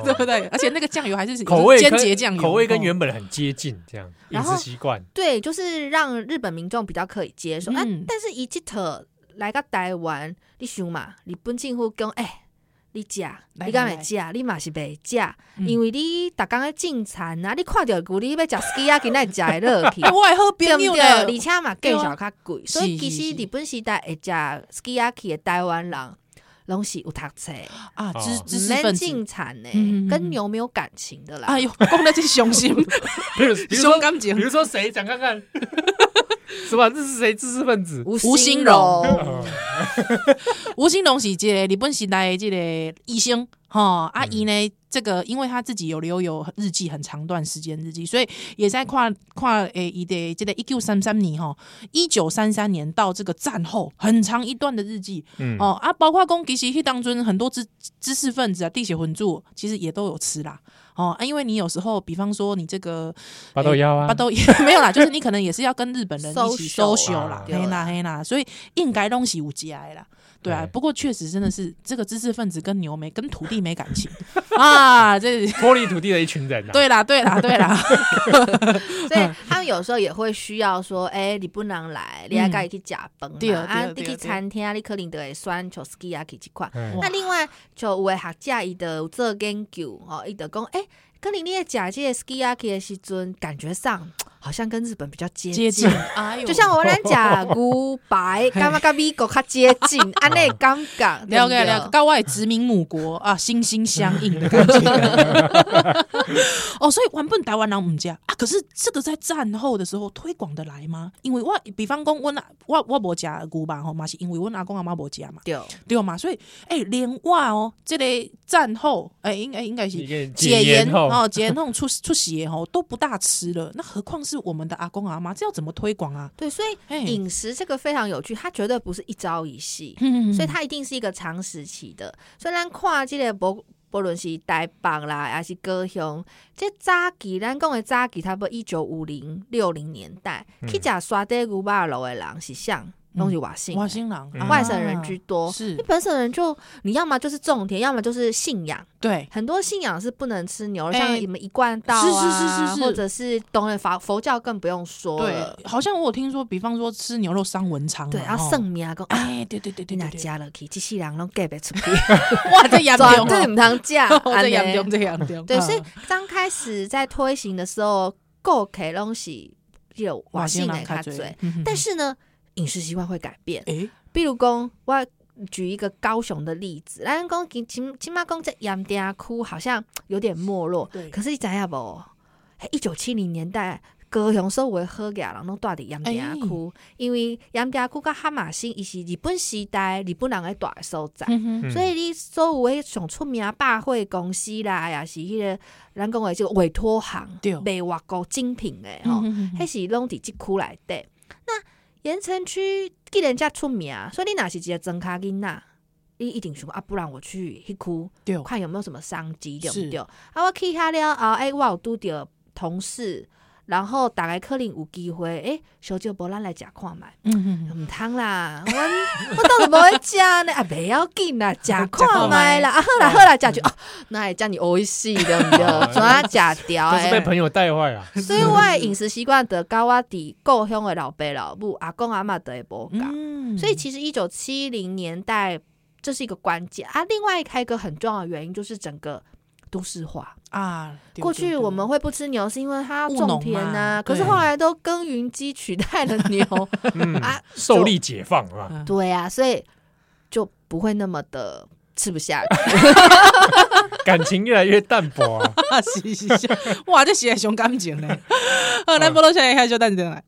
S1: 对不对？而且那个酱油还是
S2: 口味
S1: 有时
S2: 跟
S1: 间接酱油，
S2: 口味跟
S1: 哦
S2: 原本很接近，这样饮
S3: 然后
S2: 食习惯。
S3: 对，就是让日本民众比较可以接受。啊
S1: 嗯，
S3: 但是一记头来个台湾，你想嘛，日本政府讲，哎、你食，你敢会食？你嘛是袂食，
S1: 嗯
S3: 因为你逐工咧进餐啊，你看着牛，你要食 ski 啊，今仔食会落去
S1: 哎，。 我也喝
S3: 对
S1: 边
S3: 不
S1: 友
S3: 对？
S1: 的，
S3: 而且嘛，
S1: 对
S3: 价
S1: 啊
S3: 钱较贵，所以
S1: 是
S3: 其
S1: 是
S3: 实
S1: 是
S3: 日本时代会食 skiaki 的台湾人，拢是有读册的，
S1: 啊，知
S2: 哦
S1: 知识
S3: 蛮
S1: 分子
S3: 进产呢
S1: 嗯嗯嗯，
S3: 跟牛没有感情的啦。
S1: 哎呦， 讲得真伤心，
S2: 比如比如
S1: 伤
S2: 说，
S1: 感情
S2: 比。如说谁讲看 看，是吧？这是谁？知识分子？
S3: 吴
S1: 吴
S3: 兴
S1: 兴
S3: 荣，
S2: 哦
S1: 吴兴隆是一个日本时代的这个医生，哈、阿
S2: 嗯
S1: 姨呢，这个因为他自己有留有日记很长段时间日记，所以也在跨跨诶，伊的这个一九三三年哈，一九三三年到这个战后很长一段的日记，
S2: 嗯，
S1: 哦啊，包括讲其实迄当中很多知知识分子啊、地血混住，其实也都有吃啦。哦啊，因为你有时候，比方说你这个
S2: 八豆腰啊，
S1: 哎巴豆也 没有啦，就是你可能也是要跟日本人一起
S3: Social 啊
S1: social 啦，
S3: 对
S1: 黑啦黑啦，所以应该东西有加的啦。对啊
S2: 对，
S1: 不过确实真的是这个知识分子跟牛没跟土地没感情 啊，这
S2: 脱离土地的一群人啊。
S1: 对啦对啦对啦，
S3: 所
S1: 嗯
S3: 以他们有时候也会需要说，哎，你不能来，你爱家去假饭
S1: 嗯对哦
S3: 嘛，
S1: 对
S3: 啊，你
S1: 对
S3: 去
S1: 对
S3: 餐厅，你可能就会选像 skiaki 啊这款。
S2: 嗯，
S3: 那另外，就有的学者伊就有做研究，哦，伊就讲，哎、可能你在食这个 skiaki 的时阵，感觉上好像跟日本比较接近。
S1: 接近，哎呦，
S3: 就像我们讲牛排，感觉跟美国较接近，安内感觉。对
S1: 了解
S3: 不对
S1: 了解，跟外殖民母国啊，心心相印的感觉。 哦，所以原本台湾人唔食啊，可是这个在战后的时候推广的来吗？因为我比方讲，我阿我我无食牛吧吼，嘛是因为我阿公阿妈无食嘛，
S3: 对，
S1: 对嘛？所以哎、连我哦，这个战后哎、应该应该是
S2: 一个
S1: 解
S2: 严
S1: 严
S2: 后，
S1: 哦，解严那种出出血哦，都不大吃了，那何况是我们的阿公阿妈，这要怎么推广啊？
S3: 对，所以
S1: 哎、
S3: 饮食这个非常有趣，它绝对不是一朝一夕。
S1: 嗯
S3: 所以它一定是一个长时期的。所以咱看这个不不论是台北啦，还是高雄，这早期咱讲的早期，差不多一九五零六零年代，去食沙爹牛肉楼的人是像拢是外省
S1: 外
S3: 人，
S1: 星人啊
S2: 嗯
S3: 外省人居多。
S1: 是
S3: 你本省人就你要么就是种田，要么就是信仰。
S1: 对，
S3: 很多信仰是不能吃牛，
S1: 哎
S3: 像你们一贯道啊，
S1: 是是是是是
S3: 或者是东人佛佛教更不用说了。
S1: 对，好像我有听说，比方说吃牛肉伤文昌嘛，
S3: 对，要
S1: 吼
S3: 圣。命啊，讲啊，
S1: 哎，对对哦对对对
S3: 你哪
S1: 对，
S3: 家了去，这世人拢嫁不出去，
S1: 哇，这严重
S3: 转
S1: 哦，
S3: 这唔通嫁，
S1: 哦 这
S3: 安
S1: 严
S3: 尼
S1: 重，这严重。
S3: 啊对，
S1: 嗯
S3: 所以刚开始在推行的时候，购客拢是有
S1: 外
S3: 瓦
S1: 星
S3: 性
S1: 人
S3: 的
S1: 较
S3: 卡
S1: 多
S3: 嘴，，
S1: 嗯哼
S3: 但是呢，饮食习惯会改变。
S1: 哎，
S3: 比如讲，我举一个高雄的例子，咱讲起起起码讲这盐埕区好像有点没落
S1: 对，
S3: 可是你知影无？一九七零年代。高雄所有的好家人拢住伫盐埕区，
S1: 哎
S3: 因为盐埕区甲哈马星伊是日本时代日本人咧住的所在，
S1: 嗯哼，
S2: 嗯
S3: 所以你所有迄上出名的啊百货公司啦，也是迄、个咱讲的即个委托行
S1: 对
S3: 卖外国精品的
S1: 嗯
S3: 吼，
S1: 哼嗯哼
S3: 迄是拢伫即区内底。那盐城区既然遮出名，所以你若是一个庄卡囡仔，你一定想啊，不然我去迄区
S1: 对，
S3: 看有没有什么商机，对
S1: 哦是
S3: 毋对？啊，我去遐了后，哎、我有拄着同事，然后大概可能有机会，哎、小姐无咱来食看觅。
S1: 嗯哼嗯
S3: 唔通啦，我我倒是无爱食呢，啊，袂要紧啦，食看卖啦，啊，好啦好啦，食就哦，那会叫你恶死对毋对？怎啊食掉
S2: 就是
S1: 哎
S2: 被
S3: 诶？
S2: 朋友带坏啊。
S3: 所以我的饮食习惯得甲我伫故乡的老爸老母、阿公阿嬷都会无共，
S1: 嗯
S3: 所以其实一九七零年代这是一个关键啊。另外还有一个很重要的原因就是整个都市化，
S1: 啊，对
S3: 过
S1: 对
S3: 去
S1: 对
S3: 我们会不吃牛，是因为它要
S1: 务
S3: 种
S1: 农
S3: 田
S1: 嘛
S3: 呐、可是
S1: 对
S3: 后来都耕耘机取代了牛
S2: 嗯，
S3: 啊，
S2: 受力解放啊，
S1: 嗯
S3: 对啊，所以就不会那么的吃 不下去。
S2: 感情越来越淡薄 啊。
S1: 啊， 是是是， 哇，这写熊感情嘞。
S3: 哦
S1: 好，咱波罗下来看小蛋蛋来。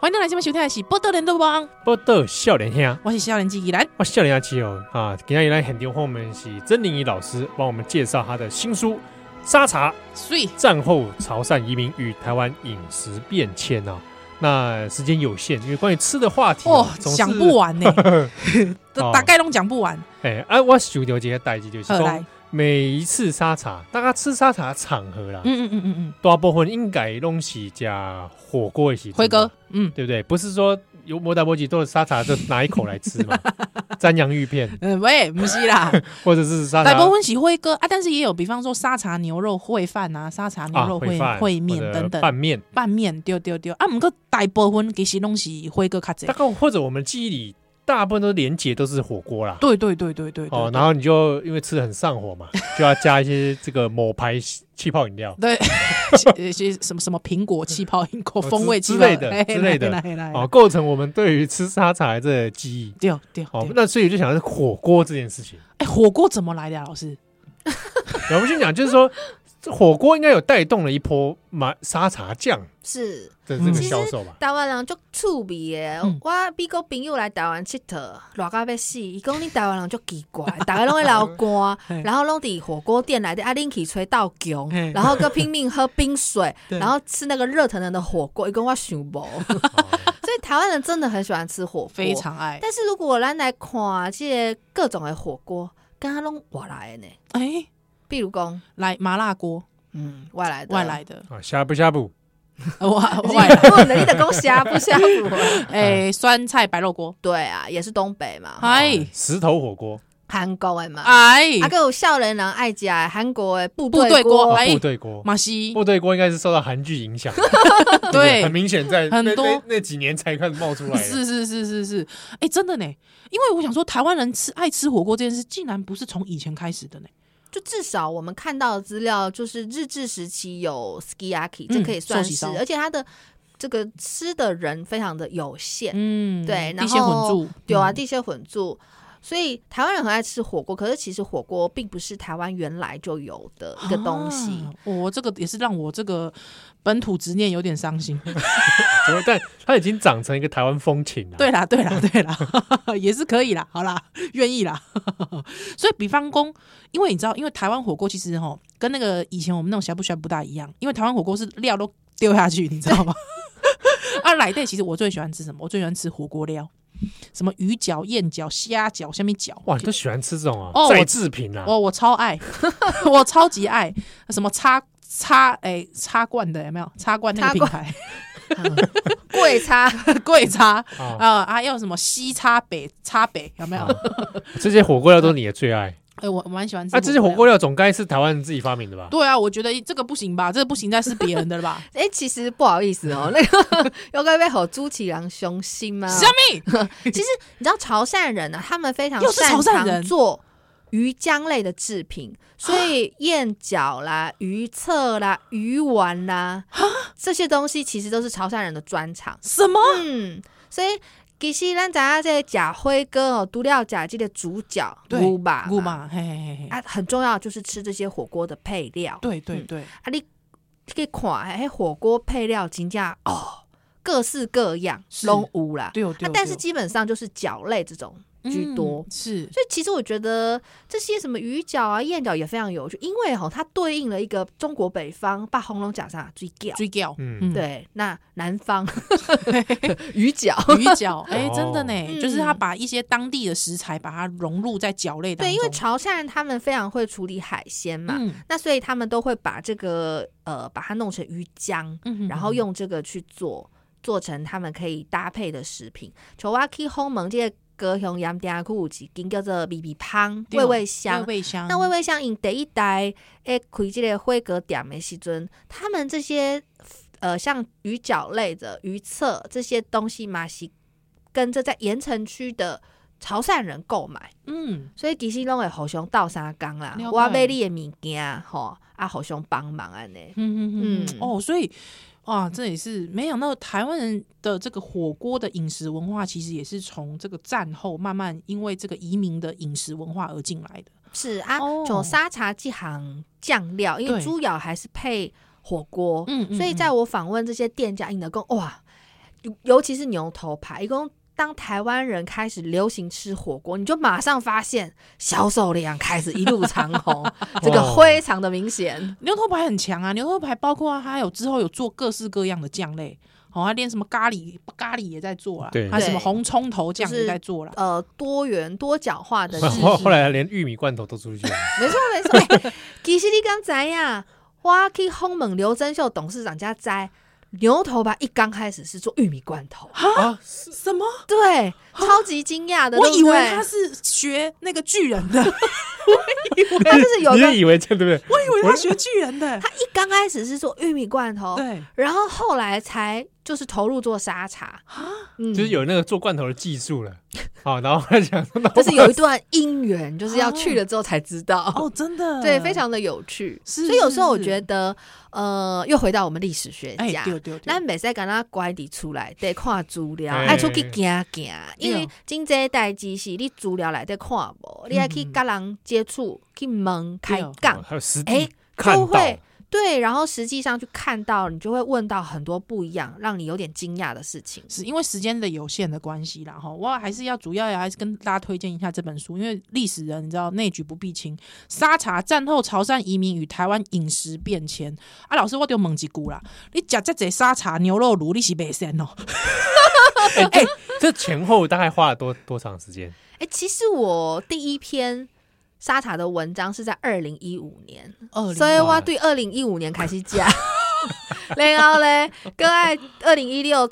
S1: 欢迎大家来这边收听的是《波多连都帮》，
S2: 不得笑脸兄，
S1: 我是少年记忆来。
S2: 哇，笑脸阿七哦啊，今天来很丢后面是曾玲仪老师帮我们介绍他的新书《沙茶
S1: 所以
S2: 战后潮汕移民与台湾饮食变迁》啊。那时间有限，因为关于吃的话题啊
S1: 哦，
S2: 总是
S1: 讲不完呢，
S2: 哦
S1: 这大 概都讲不完。
S2: 哎，啊，我想到一个代志就是哦
S1: 好来
S2: 说，，每一次沙茶，大家吃沙茶的场合啦，
S1: 嗯嗯嗯嗯嗯，
S2: 大部分应该拢是加火锅的时候
S1: 辉哥，嗯
S2: 对不对？不是说有摩打摩吉都是沙茶就拿一口来吃 嘛，沾洋芋片
S1: 嗯，喂，不是啦，
S2: 或者是沙
S1: 大
S2: 茶
S1: 部分喜辉哥啊，但是也有，比方说沙茶牛肉烩饭啊，沙茶牛
S2: 啊
S1: 肉
S2: 烩
S1: 烩
S2: 饭
S1: 烩面
S2: 或者
S1: 等等，
S2: 拌面，
S1: 拌面丢丢丢啊，唔过大部分其实拢是辉哥较济
S2: 大。概或者我们记忆里大部分都连结都是火锅啦。
S1: 对对对对对对
S2: 哦，然后你就因为吃得很上火嘛，就要加一些这个某牌气泡 饮料。
S1: 对，呃，些什么什么苹果气泡、苹果
S2: 哦
S1: 风味
S2: 之
S1: 气泡
S2: 之类的
S1: 嘿
S2: 之类的
S1: 嘿嘿嘿嘿
S2: 哦，构成我们对于吃沙茶的这个记忆。
S1: 对对
S2: 哦，
S1: 对，
S2: 那所以我就想到是火锅这件事情。
S1: 哎，火锅怎么来的啊，老师？
S2: 我们先讲，就是说这火锅应该有带动了一波麻沙茶酱
S3: 是
S2: 的这个
S1: 嗯
S2: 销售吧？
S3: 台湾人足趣味的，
S1: 嗯
S3: 我美国朋友来台湾佚佗，热到要死，伊讲你台湾人足奇 怪，大家拢会流
S1: 嘿
S3: 汗，然后拢伫火锅店内底啊，恁去吹到穷
S1: 嘿，
S3: 然后搁拼命喝 冰水，
S1: 对
S3: 然后吃那个热腾腾的火锅，伊讲我想 无，所
S2: 哦
S3: 以台湾人真的很喜欢吃火锅，
S1: 非。常爱，
S3: 但是如果咱来看这个各种的火锅，刚刚拢外来的呢，
S1: 哎，
S3: 比如讲，
S1: 来麻辣锅
S3: 嗯，外来的
S1: 外来的，
S2: 啊，呷不呷不？
S1: 呃外
S3: 你
S1: 外来，
S3: 问的你得讲呷不呷不？
S1: 哎，酸菜白肉锅，
S3: 对啊，也是东北嘛，
S1: 哎
S2: 哦石头火锅、
S3: 韩国的嘛，啊，
S1: 哎，
S3: 还有少年人爱食的韩国的部
S1: 部队
S3: 队
S1: 锅
S3: 锅
S1: 哎，
S2: 哦部队锅、
S1: 马西，
S2: 部队锅应该是受到韩剧影响，不
S1: 对
S2: 很。明显在
S1: 很
S2: 那
S1: 多
S2: 那那几年才开始冒出来的。
S1: 是是是是是，哎，真的呢，因为我想说，台湾人吃爱吃火锅这件事，竟然不是从以前开始的呢。
S3: 就至少我们看到的资料，就是日治时期有 skiaki，
S1: 嗯
S3: 这可以算
S1: 寿喜
S3: 是
S1: 烧，
S3: 而且它的这个吃的人非常的有限，
S1: 嗯，
S3: 对然
S1: 地线混
S3: 后
S1: 住，
S3: 有啊，
S1: 嗯，
S3: 地些混住。所以台湾人很爱吃火锅，可是其实火锅并不是台湾原来就有的一个东西。
S1: 啊我这个也是让我这个本土执念有点伤心。
S2: 怎么但它已经长成一个台湾风情了。
S1: 对啦，对啦， 对啦，也是可以啦，好啦，愿意啦。 所以比方公，因为你知道，因为台湾火锅其实哈，跟那个以前我们那种呷不呷不大一样，因为台湾火锅是料都丢下去，你知道吗？ 啊，来对，其实我最喜欢吃什么？我最喜欢吃火锅料，什么鱼饺、燕饺、虾饺、下面饺。
S2: 哇，你都喜欢吃这种啊？
S1: 哦
S2: 再
S1: 我
S2: 制品啊？
S1: 哦，我超爱， 我超级爱什么插插哎插罐的有没有？插罐那个
S3: 插
S1: 品
S3: 罐
S1: 牌
S3: 嗯贵差
S1: 贵插
S2: 啊
S1: 啊啊，要什么西插北插北有没有？
S2: 啊这些火锅料都是你的最爱。啊
S1: 哎，我我蛮喜欢吃。
S2: 那这些火锅料总该是台湾人自己发明的吧？
S1: 对啊，我觉得这个不行吧，这个不行，再是别人的了吧？
S3: 哎、其实不好意思哦，那个又该被吼朱启良雄心吗？
S1: 虾米
S3: 其实你知道潮汕人呢、他们非常
S1: 啊又是
S3: 擅
S1: 潮汕人啊
S3: 长做鱼浆类的制品，所以燕饺啦、鱼翅啦、鱼丸啦，
S1: 啊
S3: 这些东西其实都是潮汕人的专长。
S1: 什么？
S3: 嗯，所以其实咱知影这假辉哥哦，都料假这个主角
S1: 对
S3: 牛吧
S1: 姑嘛，嘿嘿嗯嘿嘿，
S3: 啊，很重要就是吃这些火锅的配料。
S1: 对对对，
S3: 啊，你去看，迄火锅配料真正哦，各式各样
S1: 是
S3: 拢有啦。
S1: 对哦
S3: 那、
S1: 对哦。
S3: 但是基本上就是饺类这种居多。
S1: 嗯是
S3: 所以其实我觉得这些什么鱼饺啊、燕饺也非常有趣，因为哈、它对应了一个中国北方把红龙讲啥最饺，
S1: 追饺，
S2: 嗯，
S3: 对，那南方鱼饺，
S1: 鱼饺，哎，真的呢，
S3: 哦
S1: 就是他把一些当地的食材把它融入在饺类当中。
S3: 对，因为潮汕人他们非常会处理海鲜嘛，
S1: 嗯
S3: 那所以他们都会把这个呃把它弄成鱼浆，
S1: 嗯
S3: 然后用这个去做，做成他们可以搭配的食品。像我去红门这个高雄盐店区有一间叫做米米香
S1: 对
S3: 味
S1: 哦
S3: 味
S1: 味
S3: 香。
S1: 味香，
S3: 那味味香因第一代诶开这个辉格店的时阵，他们这些呃像鱼饺类的鱼翅这些东西嘛是跟着在盐城区的潮汕人购买。
S1: 嗯，
S3: 所以其实拢会互相斗相共啦
S1: 了解，
S3: 我买你的物件吼，啊互相帮忙安尼。
S1: 嗯嗯嗯
S3: 嗯
S1: 哦，所以哇，这也是没想到台湾人的这个火锅的饮食文化，其实也是从这个战后慢慢因为这个移民的饮食文化而进来的。
S3: 是啊
S1: 哦，
S3: 从、沙茶这行酱料，因为
S1: 对
S3: 猪脚还是配火锅，
S1: 嗯嗯
S3: 所以在我访问这些店家，因的讲哇，尤尤其是牛头牌，一共。当台湾人开始流行吃火锅，你就马上发现销售量开始一路长 虹，这个非常的明显。
S1: 牛头牌很强啊，牛头牌包括它有之后有做各式各样的酱类，哦，它连什么咖喱咖喱也在做啊
S2: 对，
S1: 它什么
S3: 对
S1: 红葱头酱
S3: 就是
S1: 也在做啦。
S3: 呃，多元多角化的知
S2: 后
S3: 识
S2: 后来连玉米罐头都出去了。
S3: 没错没错、欸，其实你刚知呀， 我去轰猛刘真秀董事长家摘牛头吧，一刚开始是做玉米罐头，
S2: 啊，
S1: 什么？
S3: 对，超级惊讶的，
S1: 啊我
S3: 对不
S1: 以为
S3: 对
S1: 他是学那个巨人的，我
S3: 他就是有
S2: 你
S3: 一个
S2: 也，以为这样对不对？
S1: 以为他学巨人 的。
S3: 他一刚开始是做玉米罐头，
S1: 对，
S3: 然后后来才就是投入做沙茶，
S1: 啊
S3: 嗯，
S2: 就是。有那个做罐头的技术了。好，然后他讲，
S3: 就是 有一段姻缘，就是要去了之后才知道，
S1: 哦，真的，
S3: 对，非常的有趣。
S1: 是。
S3: 所以有时候我觉
S1: 得，
S3: 得，呃，又回到我们历史学
S1: 哎，
S3: 家，
S1: 对对对，
S3: 咱袂使敢若乖伫厝内得看资料，
S2: 对
S3: 爱出去行行，因为真济代志是你资料内底看无，你爱
S1: 嗯
S3: 去甲人接触、去问、开
S2: 哦
S3: 讲，
S2: 还有实
S3: 哎
S2: 地看到
S3: 就会，对，然后实际上去看到，你就会问到很多不一样，让你有点惊讶的事情。
S1: 是因为时间的有限的关系啦，哈，我还是要主要也还是跟大家推荐一下这本书，因为历史人你知道内举不避亲，沙茶战后潮汕移民与台湾饮食变迁啊，老师我就问一句啦，你吃这这沙茶牛肉炉你是北生哦，
S2: 哎，这这前后大概花了多多长时间？
S3: 哎、其实我第一篇沙茶的文章是在二零一五年，
S1: 二
S3: 所
S1: 零
S3: 以我对二零一五年开始加， 然后咧，搁爱二零一六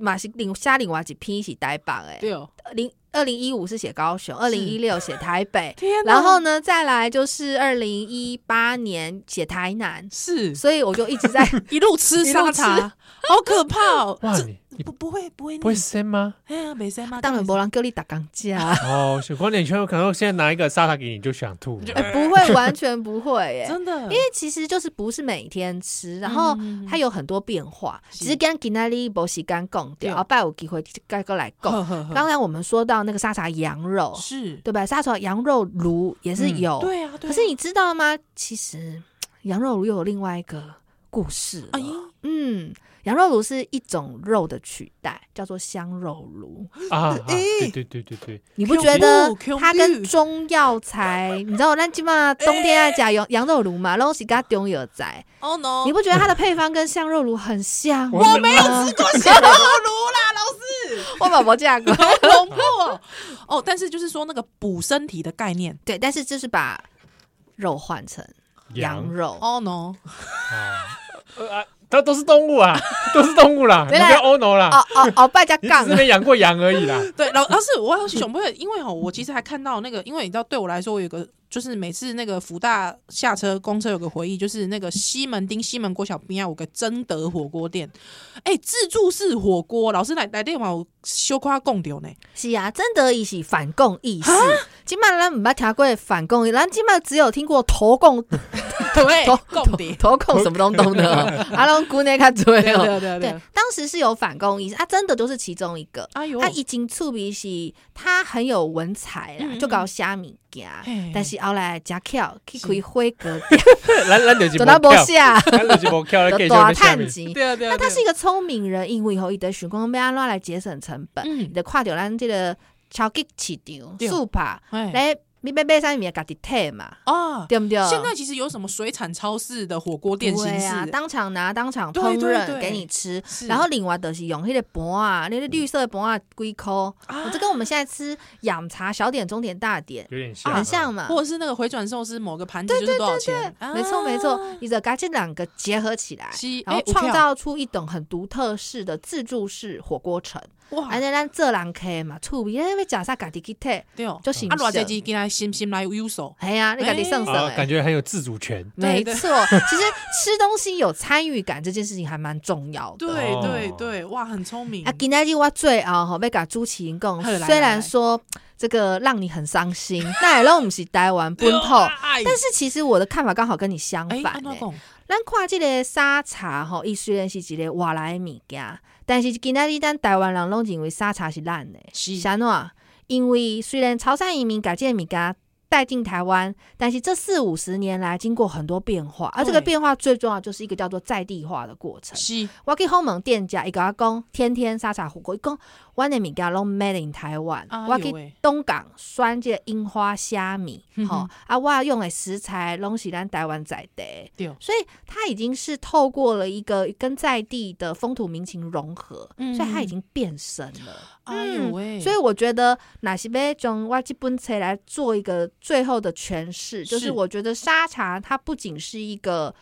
S3: 嘛是另下另外一篇是台北诶，
S1: 对哦，，
S3: 零二零一五是写高雄，二零一六写台北
S1: 天哪，
S3: 然后呢，再来就是二零一八年写台南，
S1: 是
S3: 所以我就一直在
S1: 一路吃
S3: 一路
S1: 沙
S3: 吃
S1: 茶，好可怕哦，
S2: 哇，
S1: 这
S2: 你
S1: 不不会不会
S2: 不会
S1: 腻
S2: 生吗？
S1: 哎呀，没生吗？
S3: 当然
S1: 不
S3: 没人叫你打啊钢架，
S2: 哦，小光，你有可能现在拿一个沙拉给你就想吐了，
S1: 就
S3: 哎、 不会，完全不会耶、
S1: 真的，因嗯
S3: 因为其实就是不是每天吃，然后它有很多变化，
S1: 是
S3: 只是跟今天哩无时间讲
S1: 对
S3: 掉，后拜有机会再过来讲。刚
S1: 刚
S3: 才我们说到那个沙茶羊肉，
S1: 是
S3: 对吧？沙茶羊肉炉也是
S2: 嗯
S3: 有，
S1: 对啊，对啊
S3: 可是你知道吗？其实嗯羊肉炉又有另外一个故事了。
S1: 哎，
S3: 嗯，羊肉炉是一种肉的取代，叫做香肉炉。
S2: 啊，啊对
S1: 诶
S2: 对对对对，
S3: 你不觉得
S1: Q
S3: 它
S1: 绿
S3: 跟中药材？你知道，咱起码冬天啊爱加羊羊肉炉嘛，拢是加中药材。
S1: 哦 no，
S3: 你不觉得它的配方跟香肉炉很像吗？
S2: 我没有
S3: 吃过，
S1: 不香炉啦，老师，
S3: 我宝宝见过。
S1: 恐怖哦。哦，但是就是说那个补身体的概念
S3: 对，但是就是把肉换成羊肉。
S1: 哦 no，
S2: 啊，呃啊，它都是动物啊， 都是动物啦，你
S3: 对啦
S2: 不要 ono 啦，
S3: 哦哦 哦，败家
S2: 你
S3: 杠
S2: 只是没养过羊而已 啦。
S1: 对，老老师，我要熊不会，因为哈，我其实还看到那个，因为你知道，对我来说，我有个就是每次那个福大下车公车有个回忆，就是那个西门町西门国小边啊有个真德火锅店，哎、自助式火锅，老师来来电话我修夸供丢 呢，
S3: 是啊，真的伊是反共意 识。今麦咱唔捌听过反共，咱今麦只有听过投共、
S1: 对
S3: 投
S1: 供碟，
S3: 投共什么东东 的，啊阿龙姑那卡嘴
S1: 对
S3: 哦。
S1: 对对
S3: 对
S1: 对，，
S3: 当时是有反共意识，啊，真的就是其中一个。
S1: 哎呦，
S3: 他已经触鼻是，他很有文采啦
S1: 嗯，嗯
S3: 就搞虾米家，
S1: 嘿
S3: 但是后来加巧去
S1: 是
S3: 开辉格，
S2: 咱咱就是
S3: 做
S2: 无
S3: 到无
S2: 跳，
S3: 下，
S2: 咱就是无跳，咱继
S3: 就
S2: 续
S3: 大
S2: 在下
S3: 探
S2: 面。
S3: 钱。
S1: 对啊对啊，
S3: 那他是一个聪明人，因为吼伊在想讲要安怎来节省成本，
S1: 嗯
S3: 你，就看着咱这个超级市场、
S1: 对
S3: super
S1: 哎
S3: 来，你要买啥物件家己摕嘛，
S1: 啊，
S3: 对不对？
S1: 现在其实有什么水产超市的火锅店形
S3: 对
S1: 式，
S3: 啊，当场拿，当场
S1: 对
S3: 烹
S1: 对
S3: 饪
S1: 对
S3: 给你吃。
S1: 是
S3: 然后另外就是用那个盘啊，那个绿色的盘啊，龟壳，
S1: 啊
S3: 这跟我们现在吃养茶小点、中点、大点
S2: 有点像，啊
S3: 很像嘛。
S1: 啊或者是那个回转寿司某个盘子就是多少钱，啊
S3: 没错没错，你就把这两个结合起来
S1: 是，
S3: 然后
S1: 哎有
S3: 创
S1: 票
S3: 造出一种很独特式的自助式火锅城。
S1: 哇
S3: 安，尼咱做人客嘛，趣味，咱要食啥家己去摕，
S1: 对哦，
S3: 就行
S1: 啊，偌济钱给他心心来有手，
S3: 哎呀，你家己上手
S2: 啊，感
S3: 哎。
S2: 觉很有自主权。
S3: 没
S1: 对
S3: 错
S1: 对，
S3: 其实吃东西有参与感这件事情还蛮重要的。
S1: 对
S2: 哦
S1: 对对，哦哇，很聪明
S3: 啊，，今天日我最后吼要甲朱启英讲
S1: 好来，
S3: 虽然
S1: 来
S3: 说这个让你很伤心，那也让我们是台湾本土，
S1: 但
S3: 但是其实我的看法刚好跟你相
S1: 哎，
S3: 反、
S1: 安怎
S3: 欸。
S1: 讲？
S3: 咱看这个沙茶吼，伊虽然是一个外来的物件，但是今仔日咱台湾人拢认为沙茶是咱的，
S1: 是
S3: 啥喏？因为虽然潮汕移民把这个物件带进台湾，但是这四五十年来经过很多变化，啊而这个
S1: 对
S3: 变化最重要就是一个叫做在地化的过程。
S1: 是，
S3: 我去访问店家，伊甲我讲，天天沙茶火锅，伊讲，阮的物件拢 made in 台湾，
S1: 哎
S3: 我
S1: 呦
S3: 去
S1: 喂，
S3: 东港选这个樱花虾米，
S1: 嗯
S3: 吼、
S1: 哼
S3: 啊，我用的食材拢是咱台湾在地的，
S1: 对
S3: 所以它已经是透过了一个跟在地的风土民情融合，
S1: 嗯
S3: 所以它已经变身了。
S1: 哎呦喂，
S3: 嗯所以我觉得，哪是要将我这本册来做一个最后的诠释，就是
S1: 是
S3: 我觉得沙茶它不仅是一个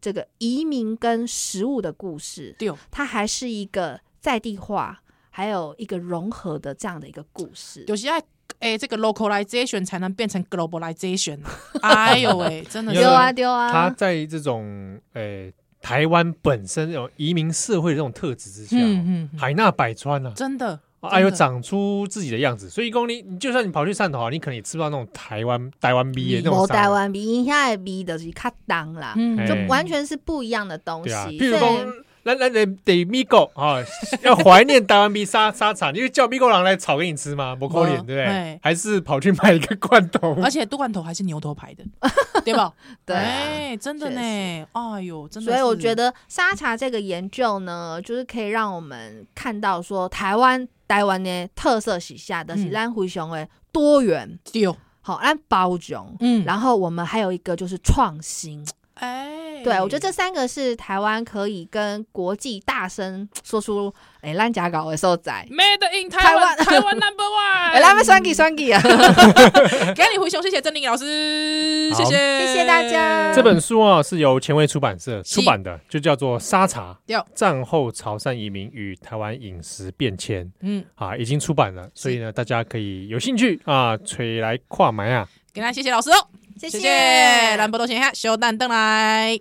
S3: 这个移民跟食物的故事，
S1: 对哦
S3: 它还是一个在地化，还有一个融合的这样的一个故事。
S1: 就是 要哎这个 localization 才能变成 globalization，哎呦 喂，真的
S2: 有
S1: 是
S3: 丢啊丢
S2: 他
S3: 啊！
S2: 在这种呃台湾本身有移民社会的这种特质之下，
S1: 嗯嗯嗯，
S2: 海纳百川啊，
S1: 真的，
S2: 哎呦，
S1: 真的
S2: 长出自己的样子。所以，公你你就算你跑去汕头啊，你可能也吃不到那种台湾台湾米的那种
S3: 无
S2: 沙拉
S3: 台湾比因遐的味就是较重啦，
S1: 嗯
S2: 哎
S3: 就
S2: 嗯
S3: 完全是不一样的东西。
S2: 对啊，
S3: 所
S2: 譬
S3: 以
S2: 如说，咱咱得得米狗啊， 要怀念台湾米沙 沙茶，你就叫米狗狼来炒给你吃吗？不可
S1: 无
S2: 怜，对不对
S1: 哎？
S2: 还是跑去买一个罐头？
S1: 而且杜罐头还 是牛头牌的，对吧？
S3: 对啊
S1: 哎，真的
S3: 确
S1: 呢，
S3: 实
S1: 哎呦，真的，
S3: 所以我觉。得沙茶这个研究呢，就是可以让我们看到说台湾台湾的特色是下的是
S1: 嗯
S3: 咱灰熊的多元，
S1: 丢，
S3: 好、咱包容。
S1: 哦嗯，
S3: 然后我们还有一个就是创新，
S1: 哎，
S3: 对我觉得这三个是台湾可以跟国际大声说出“哎烂假搞”的受在，
S1: 嗯 Made in
S3: 台
S1: 台
S3: 湾
S1: 湾， 台湾 number
S3: 哎
S1: one。
S3: 来们双 K 双 K 啊！
S1: 给你回熊，谢谢曾玲老师，
S2: 好
S1: 谢谢，
S3: 谢谢大家
S2: 这本书啊是由前卫出版社
S1: 是
S2: 出版的，就叫做《沙茶
S1: 哟：
S2: 战后潮汕移民与台湾饮食变迁》
S1: 嗯，
S2: 啊，已经出版了，所以呢，大家可以有兴趣啊，吹来跨埋啊。
S1: 给大家谢谢老师哦，
S3: 谢
S1: 谢谢，兰博多先下，修蛋邓来。